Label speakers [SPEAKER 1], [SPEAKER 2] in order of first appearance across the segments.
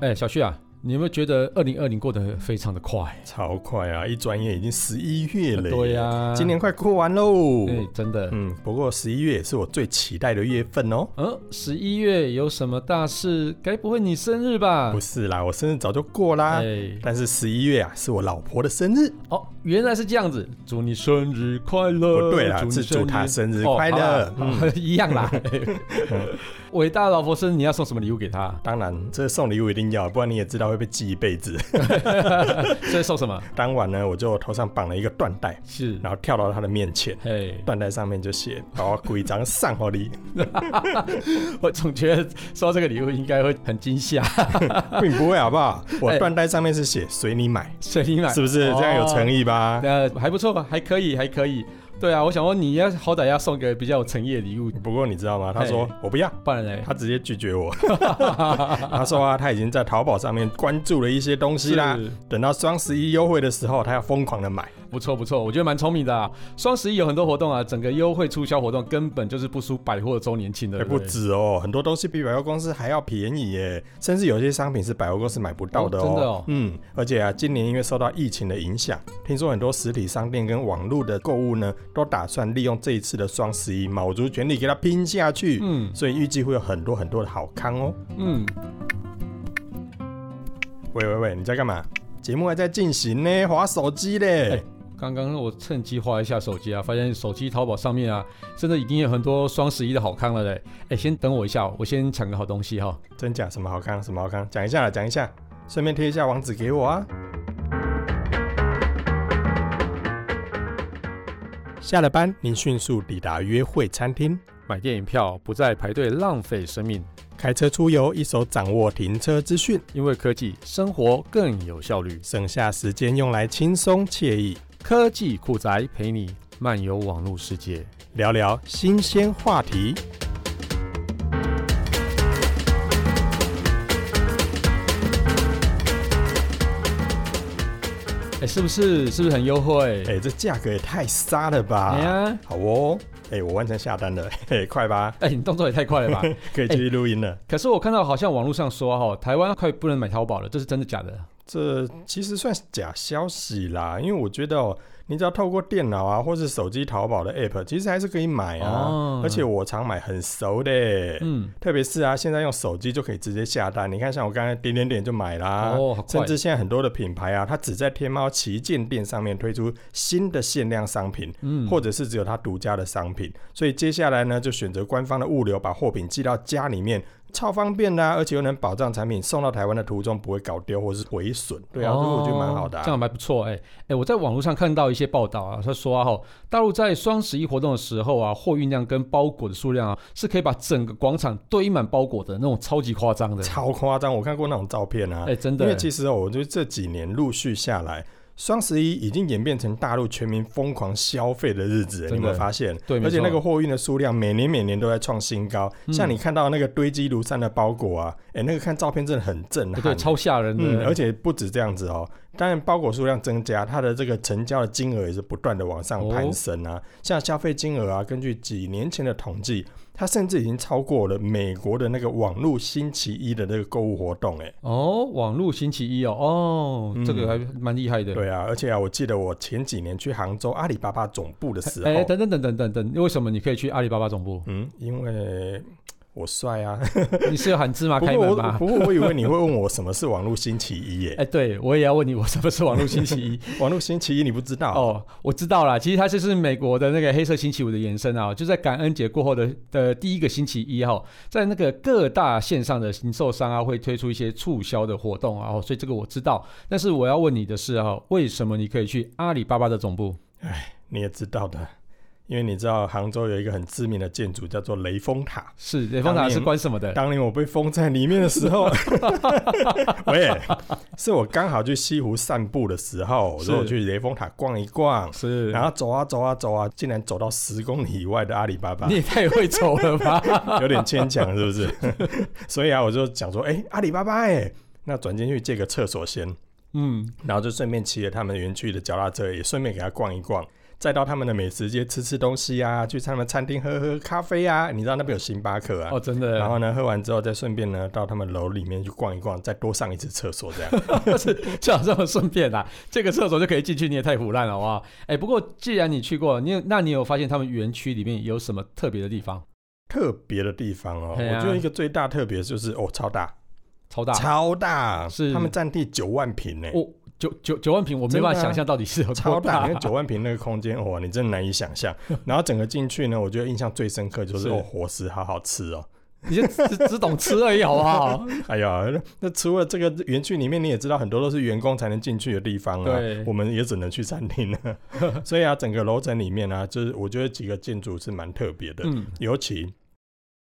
[SPEAKER 1] 哎，小旭啊，你有没有觉得二零二零过得非常的快？
[SPEAKER 2] 超快啊！一转眼已经十一月了耶，
[SPEAKER 1] 对呀、
[SPEAKER 2] 今年快过完喽。
[SPEAKER 1] 哎，真的，
[SPEAKER 2] 嗯，不过十一月也是我最期待的月份哦。
[SPEAKER 1] 嗯，十一月有什么大事？该不会你生日吧
[SPEAKER 2] 不？是啊啦，我生日早就过啦，
[SPEAKER 1] 啊哎，
[SPEAKER 2] 但是十一月啊是我老婆的生日，
[SPEAKER 1] 哦，原来是这样子，祝你生日快乐！
[SPEAKER 2] 不对啦，
[SPEAKER 1] 你
[SPEAKER 2] 是祝她
[SPEAKER 1] 日
[SPEAKER 2] 生日
[SPEAKER 1] 哦
[SPEAKER 2] 快乐。
[SPEAKER 1] 好啦
[SPEAKER 2] 嗯，
[SPEAKER 1] 好 一样 啦。伟大的老婆生日，你要送什么礼物给 她？
[SPEAKER 2] 当然，这送礼物一定要，不然你也知道会被记一辈子。
[SPEAKER 1] 所以送什么？
[SPEAKER 2] 当晚呢，我就头上绑了一个缎带，
[SPEAKER 1] 是，
[SPEAKER 2] 然后跳到她的面前，
[SPEAKER 1] 哎，
[SPEAKER 2] 缎带上面就写“把我鬼张上哦好礼
[SPEAKER 1] 我总觉得收到这个礼物应该会很惊吓，”，
[SPEAKER 2] 并不会好不好？我
[SPEAKER 1] 哎
[SPEAKER 2] 缎带上面是写“随你买
[SPEAKER 1] 所以你”，买
[SPEAKER 2] 是不是这样有
[SPEAKER 1] 意？
[SPEAKER 2] 诚意吧？
[SPEAKER 1] 那啊还不错吧，还可以，还可以。对啊，我想说你要好歹要送个比较有诚意的礼物，
[SPEAKER 2] 不过你知道吗？他说
[SPEAKER 1] 嘿
[SPEAKER 2] 我不要，
[SPEAKER 1] 不然嘞，
[SPEAKER 2] 他直接拒绝我。 他说啊，他已经在淘宝上面关注了一些东西
[SPEAKER 1] 啊
[SPEAKER 2] 啦，等到双十一优惠的时候，他要疯狂的买。
[SPEAKER 1] 不错不错，我觉得蛮聪明的、啊。双十一有很多活动啊，整个优惠促销活动根本就是不输百货周年庆的，
[SPEAKER 2] 哎，
[SPEAKER 1] 对不
[SPEAKER 2] 不
[SPEAKER 1] 对
[SPEAKER 2] 止哦，很多东西比百货公司还要便宜耶，甚至有些商品是百货公司买不到的哦。
[SPEAKER 1] 哦真的哦
[SPEAKER 2] 嗯，而且啊，今年因为受到疫情的影响，听说很多实体商店跟网络的购物呢，都打算利用这一次的双十一，卯足全力给它拼下去。
[SPEAKER 1] 嗯
[SPEAKER 2] 所以预计会有很多很多的好康哦。
[SPEAKER 1] 嗯，
[SPEAKER 2] 喂喂喂，你在干嘛？节目还在进行呢，划手机嘞。
[SPEAKER 1] 哎刚刚我趁机划一下手机啊，发现手机淘宝上面啊，真的已经有很多双十一的好康了嘞。哎，先等我一下哦，我先抢个好东西哈、
[SPEAKER 2] 真假什么好康什么好康，讲一下啦，讲一下，顺便贴一下网址给我啊。下了班，您迅速抵达约会餐厅，
[SPEAKER 1] 买电影票不再排队浪费生命，
[SPEAKER 2] 开车出游，一手掌握停车资讯，
[SPEAKER 1] 因为科技生活更有效率。
[SPEAKER 2] 省下时间用来轻松惬意，
[SPEAKER 1] 科技酷宅陪你漫游网络世界。
[SPEAKER 2] 聊聊新鲜话题。
[SPEAKER 1] 哎，是不是？是不是很优惠？
[SPEAKER 2] 哎、这价格也太杀了吧！
[SPEAKER 1] 哎呀，
[SPEAKER 2] 好哦，哎、我完成下单了，嘿嘿，快吧，
[SPEAKER 1] 哎，你动作也太快了 吧！
[SPEAKER 2] 可以继续录音了。
[SPEAKER 1] 可是我看到好像网络上说哈、台湾快不能买淘宝了，这是真的假的？
[SPEAKER 2] 哎这其实算是假消息啦，因为我觉得哦，你只要透过电脑啊，或是手机淘宝的 app，其实还是可以买啊。
[SPEAKER 1] 哦
[SPEAKER 2] 而且我常买很熟的，
[SPEAKER 1] 嗯，
[SPEAKER 2] 特别是啊，现在用手机就可以直接下单。你看，像我刚才点点点就买啦。
[SPEAKER 1] 哦，好快
[SPEAKER 2] 啊甚，至现在很多的品牌啊，它只在天猫旗舰店上面推出新的限量商品，
[SPEAKER 1] 嗯
[SPEAKER 2] 或者是只有它独家的商品。所以接下来呢，就选择官方的物流把货品寄到家里面，超方便啦、而且又能保障产品送到台湾的途中不会搞丢或是毁损。对啊，
[SPEAKER 1] 哦
[SPEAKER 2] 这个我觉得蛮好的、
[SPEAKER 1] 这
[SPEAKER 2] 啊。
[SPEAKER 1] 样还不错。哎哎，我在网络上看到一些报道啊，他说啊，哈，大陆在双十一活动的时候啊，货运量跟包裹的数量啊，是可以把整个广场堆满包裹的那种，超级夸 张的。
[SPEAKER 2] 超夸张，我看过那种照片啊。
[SPEAKER 1] 哎，真的，
[SPEAKER 2] 因为其实哦，我觉得这几年陆续下来，双十一已经演变成大陆全民疯狂消费的日子，
[SPEAKER 1] 真
[SPEAKER 2] 你
[SPEAKER 1] 的
[SPEAKER 2] 有没有发现？
[SPEAKER 1] 对没错
[SPEAKER 2] 而且那个货运的数量每年每年都在创新高。
[SPEAKER 1] 嗯
[SPEAKER 2] 像你看到那个堆积如山的包裹啊，哎、那个看照片真的很震
[SPEAKER 1] 哎
[SPEAKER 2] 撼。
[SPEAKER 1] 对，超吓人的。
[SPEAKER 2] 嗯，而且不止这样子哦，当然包裹数量增加，它的这个成交的金额也是不断的往
[SPEAKER 1] 哦
[SPEAKER 2] 上攀升啊。像消费金额啊，根据几年前的统计，它甚至已经超过了美国的那个网络星期一的那个购物活动、哎。
[SPEAKER 1] 哦，网络星期一哦，哦，
[SPEAKER 2] 嗯
[SPEAKER 1] 这个还蛮厉害的。哎
[SPEAKER 2] 对啊，而且啊，我记得我前几年去杭州阿里巴巴总部的时候，？
[SPEAKER 1] 哎，等等等等等等，为什么你可以去阿里巴巴总部
[SPEAKER 2] 嗯，因为嘖我帅啊，
[SPEAKER 1] 你是有喊芝麻
[SPEAKER 2] 不
[SPEAKER 1] 开
[SPEAKER 2] 过
[SPEAKER 1] 门
[SPEAKER 2] 我
[SPEAKER 1] 吧？
[SPEAKER 2] 不过我以为你会问我什么是网络星期一耶，
[SPEAKER 1] 哎，对我也要问你，我什么是网络星期 一？
[SPEAKER 2] 网络星期一你不知道
[SPEAKER 1] 哦，我知道啦，其实它就是美国的那个黑色星期五的延伸啊，就在感恩节过后的的第一个星期一哈、在那个各大线上的零售商啊，会推出一些促销的活动啊、哦，所以这个我知道。但是我要问你的是哈、为什么你可以去阿里巴巴的总部？
[SPEAKER 2] 你也知道的，因为你知道杭州有一个很知名的建筑叫做雷峰塔。
[SPEAKER 1] 是雷峰塔是关什么的？
[SPEAKER 2] 当年我被封在里面的时 候，喂，是我刚好去西湖散步的时候，我
[SPEAKER 1] 是
[SPEAKER 2] 就去雷峰塔逛一逛，
[SPEAKER 1] 是，
[SPEAKER 2] 然后走啊走啊走啊，竟然走到十公里以外的阿里 巴巴
[SPEAKER 1] 你。也太会走了 吧？
[SPEAKER 2] 有点牵强，是不是？ 所以啊，我就想说，哎、阿里巴巴、哎，那转进去借个厕所先，
[SPEAKER 1] 嗯，
[SPEAKER 2] 然后就顺便骑了他们园区的脚踏车，也顺便给他逛一逛。再到他们的美食街吃吃东西啊，去他们餐厅喝喝咖啡啊。你知道那边有星巴克啊，
[SPEAKER 1] 哦，真的，
[SPEAKER 2] 然后呢，喝完之后再顺便呢到他们楼里面去逛一逛，再多上一次厕所这样。
[SPEAKER 1] 就 好这么顺便啦，这个厕所就可以进去，你也太腐烂了，好不好？哎，不过既然你去过，你有那你有发现他们园区里面有什么特别的地方？
[SPEAKER 2] 特别的地方哦，
[SPEAKER 1] 嘿啊
[SPEAKER 2] 我觉得一个最大特别就是哦，超大，
[SPEAKER 1] 超大
[SPEAKER 2] 超大，
[SPEAKER 1] 是
[SPEAKER 2] 他们占地九万平呢。
[SPEAKER 1] 哦，九九九万平，我没
[SPEAKER 2] 真的
[SPEAKER 1] 办法
[SPEAKER 2] 啊
[SPEAKER 1] 想象到底是有
[SPEAKER 2] 超
[SPEAKER 1] 多
[SPEAKER 2] 大， 那
[SPEAKER 1] 大。
[SPEAKER 2] 九万平那个空间，哇，你真的难以 想象。然后整个进去呢，我觉得印象最深刻就是
[SPEAKER 1] 是
[SPEAKER 2] 哦，伙食好好吃哦。
[SPEAKER 1] 你就只只懂吃而已，好不 好？
[SPEAKER 2] 哎呀，那那除了这个园区里面，你也知道很多都是员工才能进去的地方啊
[SPEAKER 1] 对。
[SPEAKER 2] 我们也只能去餐厅 啊。所以啊，整个楼层里面呢、啊，就是我觉得几个建筑是蛮特别的，
[SPEAKER 1] 嗯，
[SPEAKER 2] 尤其。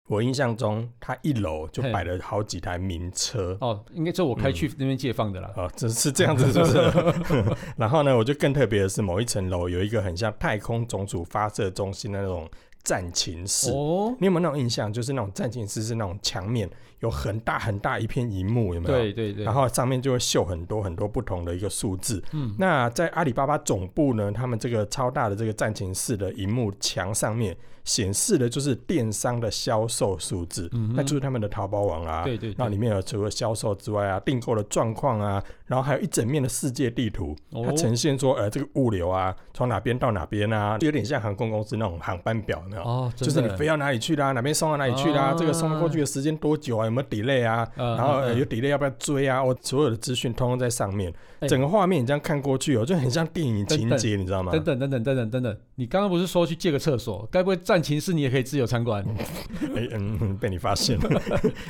[SPEAKER 2] 我印象中，它一楼就
[SPEAKER 1] 嘿
[SPEAKER 2] 摆了好几台名车，
[SPEAKER 1] 哦，应该就我开去那边借放的啦。
[SPEAKER 2] 啊，这是这样子，是 不是？然后呢，我就更特别的是，某一层楼有一个很像太空总署发射中心的那种战情室。
[SPEAKER 1] 哦，
[SPEAKER 2] 你有没有那种印象？就是那种战情室是那种墙面有很大很大一片荧幕，有没有？
[SPEAKER 1] 对对对
[SPEAKER 2] 然，后上面就会秀很多很多不同的一个数字。
[SPEAKER 1] 嗯，
[SPEAKER 2] 那在阿里巴巴总部呢，他们这个超大的这个战情室的荧幕墙上面显示的就是电商的销售数字，
[SPEAKER 1] 嗯哼
[SPEAKER 2] 那就是他们的淘宝网啦、
[SPEAKER 1] 对对，
[SPEAKER 2] 那里面有除了销售之外啊，订购的状况啊，然后还有一整面的世界地图，
[SPEAKER 1] 哦
[SPEAKER 2] 它呈现说，呃，这个物流啊，从哪边到哪边啊，有点像航空公司那种航班表，有没有？
[SPEAKER 1] 哦，
[SPEAKER 2] 就是你飞到哪里去啦，哪边送到哪里去啦，
[SPEAKER 1] 啊
[SPEAKER 2] 这个送过去的时间多久啊，有没有 delay 啊？
[SPEAKER 1] 呃，
[SPEAKER 2] 然后、
[SPEAKER 1] 嗯
[SPEAKER 2] 呃、
[SPEAKER 1] 嗯
[SPEAKER 2] 有 delay 要不要追啊？我所有的资讯通通在上面，
[SPEAKER 1] 哎
[SPEAKER 2] 整个画面你这样看过去哦，就很像电影
[SPEAKER 1] 等
[SPEAKER 2] 情
[SPEAKER 1] 等
[SPEAKER 2] 节，你知道吗？
[SPEAKER 1] 等等等等等等等等，你刚刚不是说去借个厕所？该不会战情室你也可以自由参观？
[SPEAKER 2] 哎、嗯，被你发现了，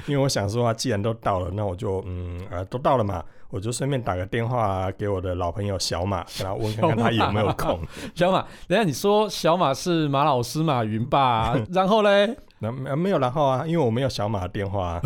[SPEAKER 2] 因为我想说啊，既然都到了，那我就嗯呃都到了嘛，我就顺便打个电话、给我的老朋友小马，跟他问看看他有没有空。
[SPEAKER 1] 小马，等一下你说小马是马老师马云吧？ 然后嘞，
[SPEAKER 2] 那、呃没有然后啊，因为我没有小马的电话、啊，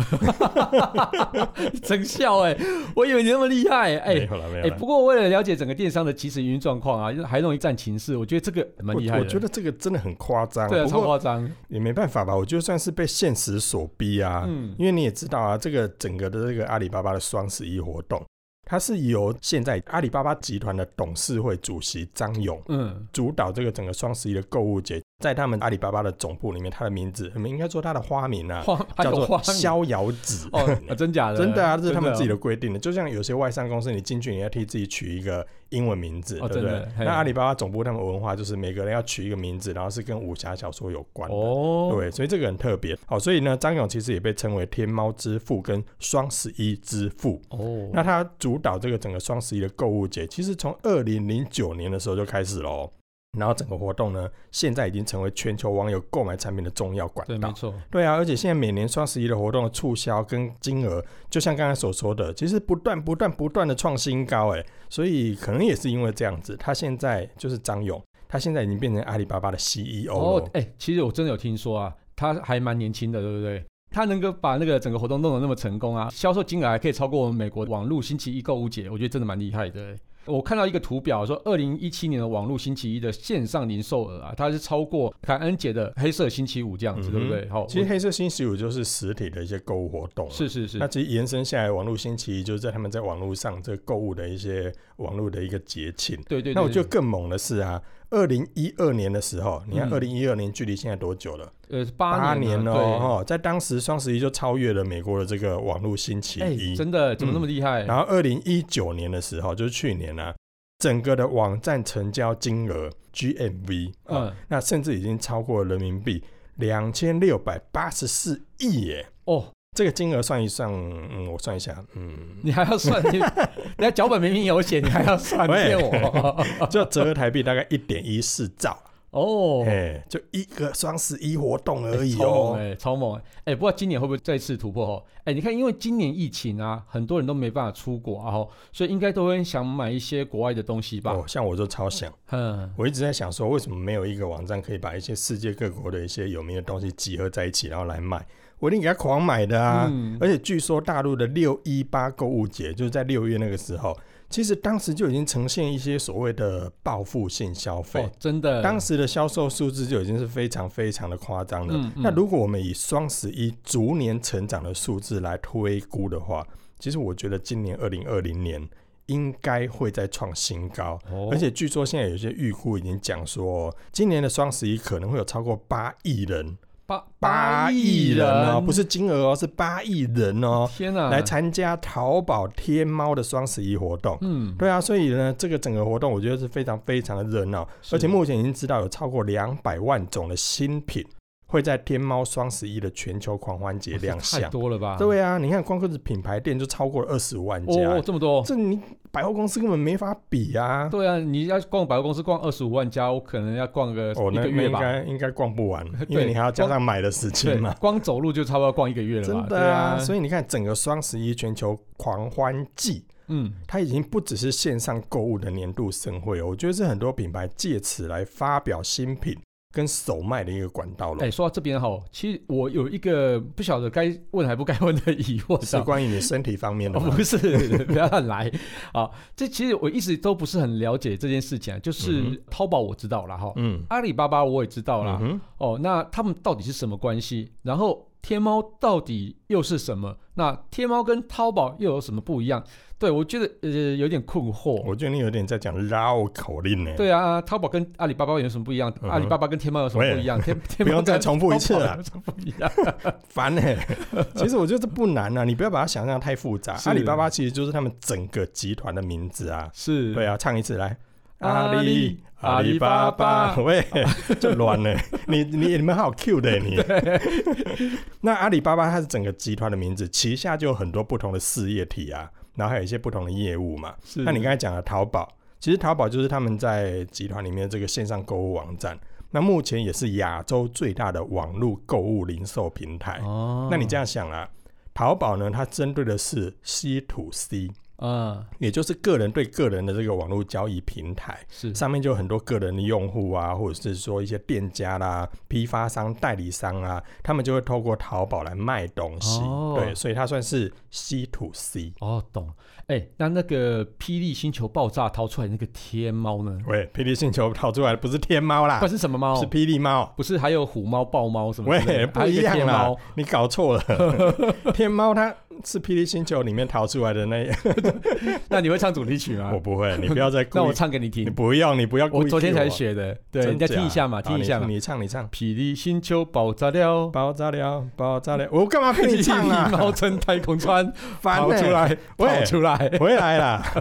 [SPEAKER 1] 真笑哎、我以为你那么厉害哎、
[SPEAKER 2] 没有了没有
[SPEAKER 1] 哎、
[SPEAKER 2] 了。
[SPEAKER 1] 不过为了了解整个电商的即时营运状况啊，还容易占情势，我觉得这个蛮
[SPEAKER 2] 我
[SPEAKER 1] 厉害的。
[SPEAKER 2] 我觉得这个真的很夸张，
[SPEAKER 1] 对啊，
[SPEAKER 2] 不
[SPEAKER 1] 超
[SPEAKER 2] 过
[SPEAKER 1] 夸张。
[SPEAKER 2] 也没办法吧。我就算是被现实所逼啊，
[SPEAKER 1] 嗯，
[SPEAKER 2] 因为你也知道啊，这个整个的这个阿里巴巴的双十一活动，它是由现在阿里巴巴集团的董事会主席张勇
[SPEAKER 1] 嗯，
[SPEAKER 2] 主导这个整个双十一的购物节，在他们阿里巴巴的总部里面，他的名字，我们应该说他的花名啊，
[SPEAKER 1] 花还
[SPEAKER 2] 叫
[SPEAKER 1] 有花
[SPEAKER 2] 做逍遥子。
[SPEAKER 1] 哦、啊真假的？
[SPEAKER 2] 真的啊，这是他们自己
[SPEAKER 1] 的
[SPEAKER 2] 的规定的。就像有些外商公司，你进去你要替自己取一个英文名字，
[SPEAKER 1] 哦
[SPEAKER 2] 对不
[SPEAKER 1] 真
[SPEAKER 2] 对
[SPEAKER 1] 的？嘿
[SPEAKER 2] 那阿里巴巴总部他们文化就是每个人要取一个名字，然后是跟武侠小说有关的。
[SPEAKER 1] 哦。
[SPEAKER 2] 对，所以这个很特别。好，所以呢，张勇其实也被称为天猫之父跟双十一之父。
[SPEAKER 1] 哦，
[SPEAKER 2] 那他主导这个整个双十一的购物节，其实从二零零九年的时候就开始喽。然后整个活动呢，现在已经成为全球网友购买产品的重要管
[SPEAKER 1] 对，没
[SPEAKER 2] 道。
[SPEAKER 1] 错，
[SPEAKER 2] 对啊，而且现在每年双十一的活动的促销跟金额，就像刚才所说的，其实不断、不断、不断的创新高，哎，所以可能也是因为这样子，他现在就是张勇，他现在已经变成阿里巴巴的 CEO
[SPEAKER 1] 哦
[SPEAKER 2] 了，。
[SPEAKER 1] 哎、其实我真的有听说啊，他还蛮年轻的，对不对？他能够把那个整个活动弄得那么成功啊，销售金额还可以超过我们美国网络星期一购物节，我觉得真的蛮厉害的欸。我看到一个图表说，二零一七年的网络星期一的线上零售额啊，它是超过感恩节的黑色星期五这样子，对不
[SPEAKER 2] 嗯哼
[SPEAKER 1] 对？好，
[SPEAKER 2] 其实黑色星期五就是实体的一些购物活动、
[SPEAKER 1] 我哦是。是是
[SPEAKER 2] 那，其实延伸下来，网络星期一就是在他们在网络上这个购物的一些网络的一个节庆。
[SPEAKER 1] 对对对。
[SPEAKER 2] 那我觉得
[SPEAKER 1] 对
[SPEAKER 2] 更猛的是啊，二零一二年的时候，你看
[SPEAKER 1] 嗯
[SPEAKER 2] 二零一二年距离现在多久了？
[SPEAKER 1] 呃八
[SPEAKER 2] 年
[SPEAKER 1] 了
[SPEAKER 2] 了
[SPEAKER 1] 对
[SPEAKER 2] 哦，哦在当时双十一就超越了美国的这个网络星期
[SPEAKER 1] 哎、
[SPEAKER 2] 一。
[SPEAKER 1] 真的怎么那么厉害？
[SPEAKER 2] 嗯然后二零一九年的时候，就是去年啊，整个的网站成交金额 GMV，嗯、
[SPEAKER 1] 嗯，
[SPEAKER 2] 那甚至已经超过人民币两千六百八十四亿耶。
[SPEAKER 1] 哦，
[SPEAKER 2] 这个金额算一算，嗯，我算一下， 嗯，
[SPEAKER 1] 你还要算？你人家脚本明明有写，你还要算
[SPEAKER 2] 喂
[SPEAKER 1] 骗我？
[SPEAKER 2] 就折合台币大概一点一四兆，
[SPEAKER 1] 哦，
[SPEAKER 2] 哎、就一个双十一活动而已
[SPEAKER 1] 超猛
[SPEAKER 2] 哦。
[SPEAKER 1] 哎、超猛哎、哎、不知道今年会不会再次突破哦？哎、你看，因为今年疫情啊，很多人都没办法出国啊，吼所以应该都会想买一些国外的东西吧？
[SPEAKER 2] 哦，像我就超想，
[SPEAKER 1] 嗯，
[SPEAKER 2] 我一直在想说，为什么没有一个网站可以把一些世界各国的一些有名的东西集合在一起，然后来卖？我一定给他狂买的啊！
[SPEAKER 1] 嗯
[SPEAKER 2] 而且据说大陆的六一八购物节就是在六月那个时候，其实当时就已经呈现一些所谓的报复性消费。
[SPEAKER 1] 哦，真的，
[SPEAKER 2] 当时的销售数字就已经是非常非常的夸张了。
[SPEAKER 1] 嗯嗯
[SPEAKER 2] 那如果我们以双十一逐年成长的数字来推估的话，其实我觉得今年二零二零年应该会再创新高。
[SPEAKER 1] 哦
[SPEAKER 2] 而且据说现在有些预估已经讲说，今年的双十一可能会有超过八亿人，
[SPEAKER 1] 八
[SPEAKER 2] 八亿人哦，不是金额哦，是八亿人哦，
[SPEAKER 1] 天啊哪、
[SPEAKER 2] 来参加淘宝、天猫的双十一活动。
[SPEAKER 1] 嗯，
[SPEAKER 2] 对啊，所以呢，这个整个活动我觉得是非常非常的热闹，
[SPEAKER 1] 是
[SPEAKER 2] 而且目前已经知道有超过两百万种的新品会在天猫双十一的全球狂欢节亮
[SPEAKER 1] 哦太
[SPEAKER 2] 相。
[SPEAKER 1] 多了吧？
[SPEAKER 2] 对啊，你看光是品牌店就超过了二十五万家，
[SPEAKER 1] 哦，这么多。
[SPEAKER 2] 这你百货公司根本没法比啊！
[SPEAKER 1] 对啊，你要逛百货公司逛二十五万家，我可能要逛个
[SPEAKER 2] 哦，
[SPEAKER 1] 呃一
[SPEAKER 2] 那
[SPEAKER 1] 个
[SPEAKER 2] 那
[SPEAKER 1] 月
[SPEAKER 2] 应
[SPEAKER 1] 吧。，
[SPEAKER 2] 该应该逛不完 因为
[SPEAKER 1] 对
[SPEAKER 2] 你还要加上买的时
[SPEAKER 1] 对
[SPEAKER 2] 间嘛，。
[SPEAKER 1] 光走路就差不多要逛一个月了吧？
[SPEAKER 2] 真
[SPEAKER 1] 对
[SPEAKER 2] 的
[SPEAKER 1] 啊，
[SPEAKER 2] 啊，所以你看整个双十一全球狂欢季，
[SPEAKER 1] 嗯，
[SPEAKER 2] 它已经不只是线上购物的年度盛会哦，我觉得是很多品牌借此来发表新品跟首卖的一个管道
[SPEAKER 1] 哎、
[SPEAKER 2] 了。
[SPEAKER 1] 说到这边哈，其实我有一个不晓得该问还不该问的疑惑
[SPEAKER 2] 是
[SPEAKER 1] 啊，
[SPEAKER 2] 关于你身体方面的
[SPEAKER 1] 哦，
[SPEAKER 2] 吗？
[SPEAKER 1] 不是，不要乱来啊！这其实我一直都不是很了解这件事情啊，就
[SPEAKER 2] 嗯
[SPEAKER 1] 是
[SPEAKER 2] 哼
[SPEAKER 1] 淘宝我知道了哈，
[SPEAKER 2] 嗯，
[SPEAKER 1] 阿里巴巴我也知道啦，
[SPEAKER 2] 嗯哼
[SPEAKER 1] 哦，那他们到底是什么关系？然后天猫到底又是什么？那天猫跟淘宝又有什么不一样？对我觉得呃有点困惑。
[SPEAKER 2] 我觉得你有点在讲绕口令呢。
[SPEAKER 1] 对啊，淘宝跟阿里巴巴有什么不一样？
[SPEAKER 2] 嗯哼
[SPEAKER 1] 阿里巴巴跟天猫有什么不一样？天天
[SPEAKER 2] 不
[SPEAKER 1] 猫
[SPEAKER 2] 用再
[SPEAKER 1] 跟
[SPEAKER 2] 重复一次
[SPEAKER 1] 淘宝
[SPEAKER 2] 了
[SPEAKER 1] 有什么不一样。
[SPEAKER 2] 烦呢、其实我觉得这不难啊，你不要把它想象太复杂。
[SPEAKER 1] 是
[SPEAKER 2] 阿里巴巴其实就是他们整个集团的名字啊。
[SPEAKER 1] 是，
[SPEAKER 2] 对啊，唱一次来。
[SPEAKER 1] 阿里
[SPEAKER 2] 阿
[SPEAKER 1] 阿里
[SPEAKER 2] 里巴
[SPEAKER 1] 巴
[SPEAKER 2] 巴，
[SPEAKER 1] 巴
[SPEAKER 2] 喂， 这乱了。你你你们好 Q 的你。那阿里巴巴它是整个集团的名字，旗下就有很多不同的事业体啊，然后还有一些不同的业务嘛。
[SPEAKER 1] 是。
[SPEAKER 2] 那你刚才讲的淘宝，其实淘宝就是他们在集团里面这个线上购物网站，那目前也是亚洲最大的网络购物零售平台。
[SPEAKER 1] 哦，
[SPEAKER 2] 那你这样想啊，淘宝呢，它针对的是 C to C，
[SPEAKER 1] 嗯
[SPEAKER 2] 也就是个人对个人的这个网络交易平台，
[SPEAKER 1] 是
[SPEAKER 2] 上面就有很多个人的用户啊，或者是说一些店家啦、批发商、代理商啊，他们就会透过淘宝来卖东西。
[SPEAKER 1] 哦
[SPEAKER 2] 对，所以它算是 C to C。
[SPEAKER 1] 哦，懂。哎、那那个《霹雳星球爆炸》掏出来那个天猫呢？
[SPEAKER 2] 喂，霹雳星球跑出来不是天猫啦
[SPEAKER 1] 那、，是什么猫？
[SPEAKER 2] 是霹雳猫。
[SPEAKER 1] 不是还有虎猫、豹猫什么之类的？还
[SPEAKER 2] 喂，不
[SPEAKER 1] 有
[SPEAKER 2] 一
[SPEAKER 1] 个
[SPEAKER 2] 样
[SPEAKER 1] 天
[SPEAKER 2] 啦
[SPEAKER 1] 猫，
[SPEAKER 2] 你搞错了。 天猫它是《霹雳星球》里面逃出来的那，
[SPEAKER 1] 那你会唱主题曲吗
[SPEAKER 2] 我？不会，你不要再故
[SPEAKER 1] 啊 那我
[SPEAKER 2] 意，
[SPEAKER 1] 唱给你听
[SPEAKER 2] 你。不用，你不要故意 cue
[SPEAKER 1] 我
[SPEAKER 2] 我。
[SPEAKER 1] 昨天才学的，对，
[SPEAKER 2] 真
[SPEAKER 1] 你
[SPEAKER 2] 假，
[SPEAKER 1] 再听一下嘛，
[SPEAKER 2] 好
[SPEAKER 1] 听一下嘛
[SPEAKER 2] 啊你。你唱，你唱。
[SPEAKER 1] 霹雳星球爆炸了，
[SPEAKER 2] 爆炸了，爆炸了！我干嘛 陪你
[SPEAKER 1] 霹
[SPEAKER 2] 唱
[SPEAKER 1] 雳猫
[SPEAKER 2] 啊？
[SPEAKER 1] 从太空穿，
[SPEAKER 2] 烦
[SPEAKER 1] 跑
[SPEAKER 2] 欸
[SPEAKER 1] 出，来，跑
[SPEAKER 2] 喂，
[SPEAKER 1] 出来。
[SPEAKER 2] 回 来啦！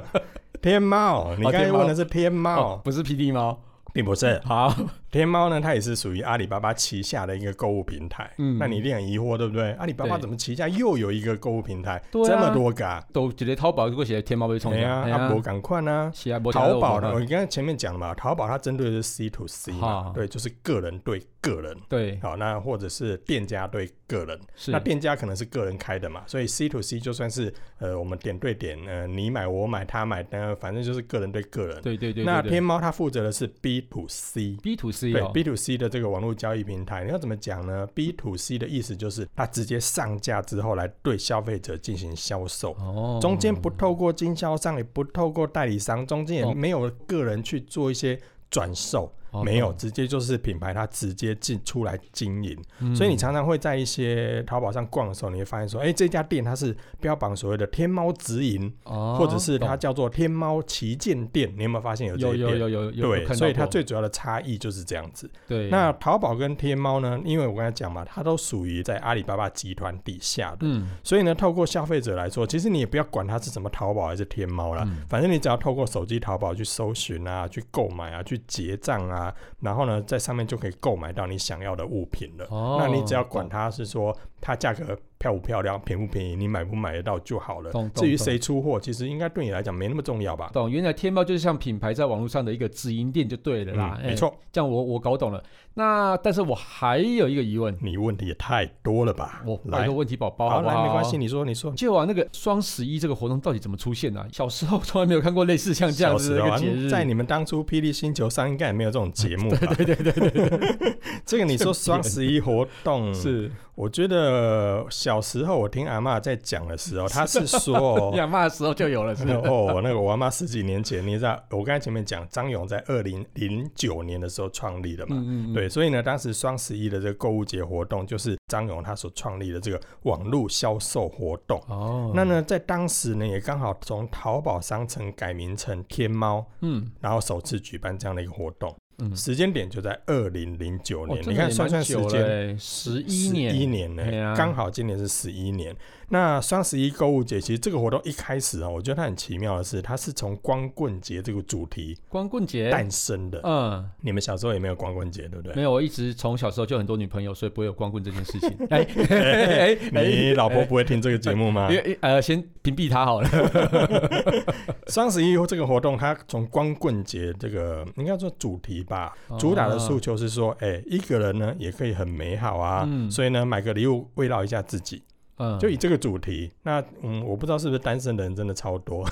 [SPEAKER 2] 天猫，你刚才
[SPEAKER 1] 天猫
[SPEAKER 2] 问的是天
[SPEAKER 1] 哦
[SPEAKER 2] 猫，，
[SPEAKER 1] 不是霹雳猫。
[SPEAKER 2] 并不是
[SPEAKER 1] 好，
[SPEAKER 2] 天猫呢，它也是属于阿里巴巴旗下的一个购物平台。
[SPEAKER 1] 嗯
[SPEAKER 2] 那你一定很疑惑，对不对？阿里巴巴
[SPEAKER 1] 对
[SPEAKER 2] 怎么旗下又有一个购物平台，
[SPEAKER 1] 对啊
[SPEAKER 2] 这么多个啊？
[SPEAKER 1] 都直接淘宝如果写天猫被冲
[SPEAKER 2] 哎呀，
[SPEAKER 1] 上，
[SPEAKER 2] 阿伯赶快呢！
[SPEAKER 1] 是啊，没想到
[SPEAKER 2] 淘宝
[SPEAKER 1] 我
[SPEAKER 2] 呢，我
[SPEAKER 1] 们？
[SPEAKER 2] 刚才前面讲了嘛，淘宝它针对的是 C to C
[SPEAKER 1] 哈
[SPEAKER 2] 嘛，对，就是个人对个人。
[SPEAKER 1] 对，
[SPEAKER 2] 好，那或者是店家对个人，
[SPEAKER 1] 是
[SPEAKER 2] 那店家可能是个人开的嘛，所以 C to C 就算是呃我们点对点，呃你买我买他买，呃反正就是个人对个人。
[SPEAKER 1] 对对对。
[SPEAKER 2] 那天猫它负责的是 B to C，
[SPEAKER 1] B to C
[SPEAKER 2] 对
[SPEAKER 1] 哦，
[SPEAKER 2] B to C 的这个网络交易平台，你要怎么讲呢？B to C 的意思就是它直接上架之后来对消费者进行销售。
[SPEAKER 1] 哦，
[SPEAKER 2] 中间不透过经销商，也不透过代理商，中间
[SPEAKER 1] 哦
[SPEAKER 2] 也没有个人去做一些转售，
[SPEAKER 1] 哦
[SPEAKER 2] 没有，，直接就是品牌它直接进出来经营。
[SPEAKER 1] 嗯
[SPEAKER 2] 所以你常常会在一些淘宝上逛的时候，你会发现说，哎、这家店它是标榜所谓的天猫直营，
[SPEAKER 1] 哦
[SPEAKER 2] 或者是它
[SPEAKER 1] 懂
[SPEAKER 2] 叫做天猫旗舰店，你有没有发现有这
[SPEAKER 1] 有
[SPEAKER 2] 一
[SPEAKER 1] 有
[SPEAKER 2] 店？
[SPEAKER 1] 有有有有
[SPEAKER 2] 对，
[SPEAKER 1] 看
[SPEAKER 2] 所以
[SPEAKER 1] 到
[SPEAKER 2] 它
[SPEAKER 1] 过
[SPEAKER 2] 最主要的差异就是这样子。
[SPEAKER 1] 对
[SPEAKER 2] 那淘宝跟天猫呢？因为我刚才讲嘛，它都属于在阿里巴巴集团底下的，
[SPEAKER 1] 嗯
[SPEAKER 2] 所以呢，透过消费者来说，其实你也不要管它是什么淘宝还是天猫啦，
[SPEAKER 1] 嗯
[SPEAKER 2] 反正你只要透过手机淘宝去搜寻啊、去购买啊、去结账啊，然后呢，在上面就可以购买到你想要的物品了。
[SPEAKER 1] 哦，
[SPEAKER 2] 那你只要管它是说它价格漂不漂亮、便不便宜，你买不买得到就好了
[SPEAKER 1] 懂。懂
[SPEAKER 2] 至于谁出货，其实应该对你来讲没那么重要吧？
[SPEAKER 1] 懂，原来天猫就是像品牌在网络上的一个直营店就对了啦，
[SPEAKER 2] 嗯，
[SPEAKER 1] 哎
[SPEAKER 2] 没，错，
[SPEAKER 1] 这样我我搞懂了。那但是我还有一个疑问，
[SPEAKER 2] 你问题也太多了吧？
[SPEAKER 1] 我拜
[SPEAKER 2] 来
[SPEAKER 1] 托，问题宝宝
[SPEAKER 2] 好
[SPEAKER 1] 好不
[SPEAKER 2] 来，
[SPEAKER 1] 好？
[SPEAKER 2] 没关系，。你说，你说。
[SPEAKER 1] 就啊，那个双十一这个活动到底怎么出现呢、啊？小时候从来没有看过类似像这样子的一
[SPEAKER 2] 小时候
[SPEAKER 1] 个
[SPEAKER 2] 啊
[SPEAKER 1] 节日，
[SPEAKER 2] 在你们当初《霹雳星球》上应该也没有这种节目吧？ 对 对对对对，这个你说双十一活 动，
[SPEAKER 1] 是
[SPEAKER 2] 我觉得小时候我听阿嬷在讲的时候，她是 说哦
[SPEAKER 1] 你，想骂的时候就有了，是不是？
[SPEAKER 2] 哦，那个我阿妈十几年前，你知道，我刚才前面讲张勇在二零零九年的时候创立的嘛，
[SPEAKER 1] 嗯嗯，嗯
[SPEAKER 2] 对，，所以呢，当时双十一的这个购物节活动，就是张勇他所创立的这个网络销售活动。
[SPEAKER 1] 哦，
[SPEAKER 2] 那，呢，在当时呢，也刚好从淘宝商城改名成天猫，
[SPEAKER 1] 嗯
[SPEAKER 2] 然后首次举办这样的一个活动，
[SPEAKER 1] 嗯，
[SPEAKER 2] 时间点就在二零零九年。
[SPEAKER 1] 哦
[SPEAKER 2] 你看算算时，
[SPEAKER 1] 真的也蛮久了
[SPEAKER 2] 间，
[SPEAKER 1] 欸十一年，
[SPEAKER 2] 一年呢、
[SPEAKER 1] 嘿啊
[SPEAKER 2] 刚好今年是十一年。那双十一购物节，其实这个活动一开始啊，我觉得它很奇妙的是，它是从光棍节这个主题
[SPEAKER 1] 光棍节，
[SPEAKER 2] 诞生的。
[SPEAKER 1] 嗯，
[SPEAKER 2] 你们小时候也没有光棍节，对不对
[SPEAKER 1] 哎没？有，我一直从小时候就很多女朋友，所以不会有光棍这件事 情。哎
[SPEAKER 2] 哎
[SPEAKER 1] 哎
[SPEAKER 2] 你老婆不会听这个节目吗
[SPEAKER 1] 因？为呃，先屏蔽她好了。
[SPEAKER 2] 双十一这个活动，它从光棍节这个应该说主题吧，主打的诉
[SPEAKER 1] 哦，
[SPEAKER 2] 求是说，哎、一个人呢也可以很美好啊，
[SPEAKER 1] 嗯
[SPEAKER 2] 所以呢买个礼物慰劳一下自己，
[SPEAKER 1] 嗯，
[SPEAKER 2] 就以这个主题。那嗯，我不知道是不是单身的人真的超多，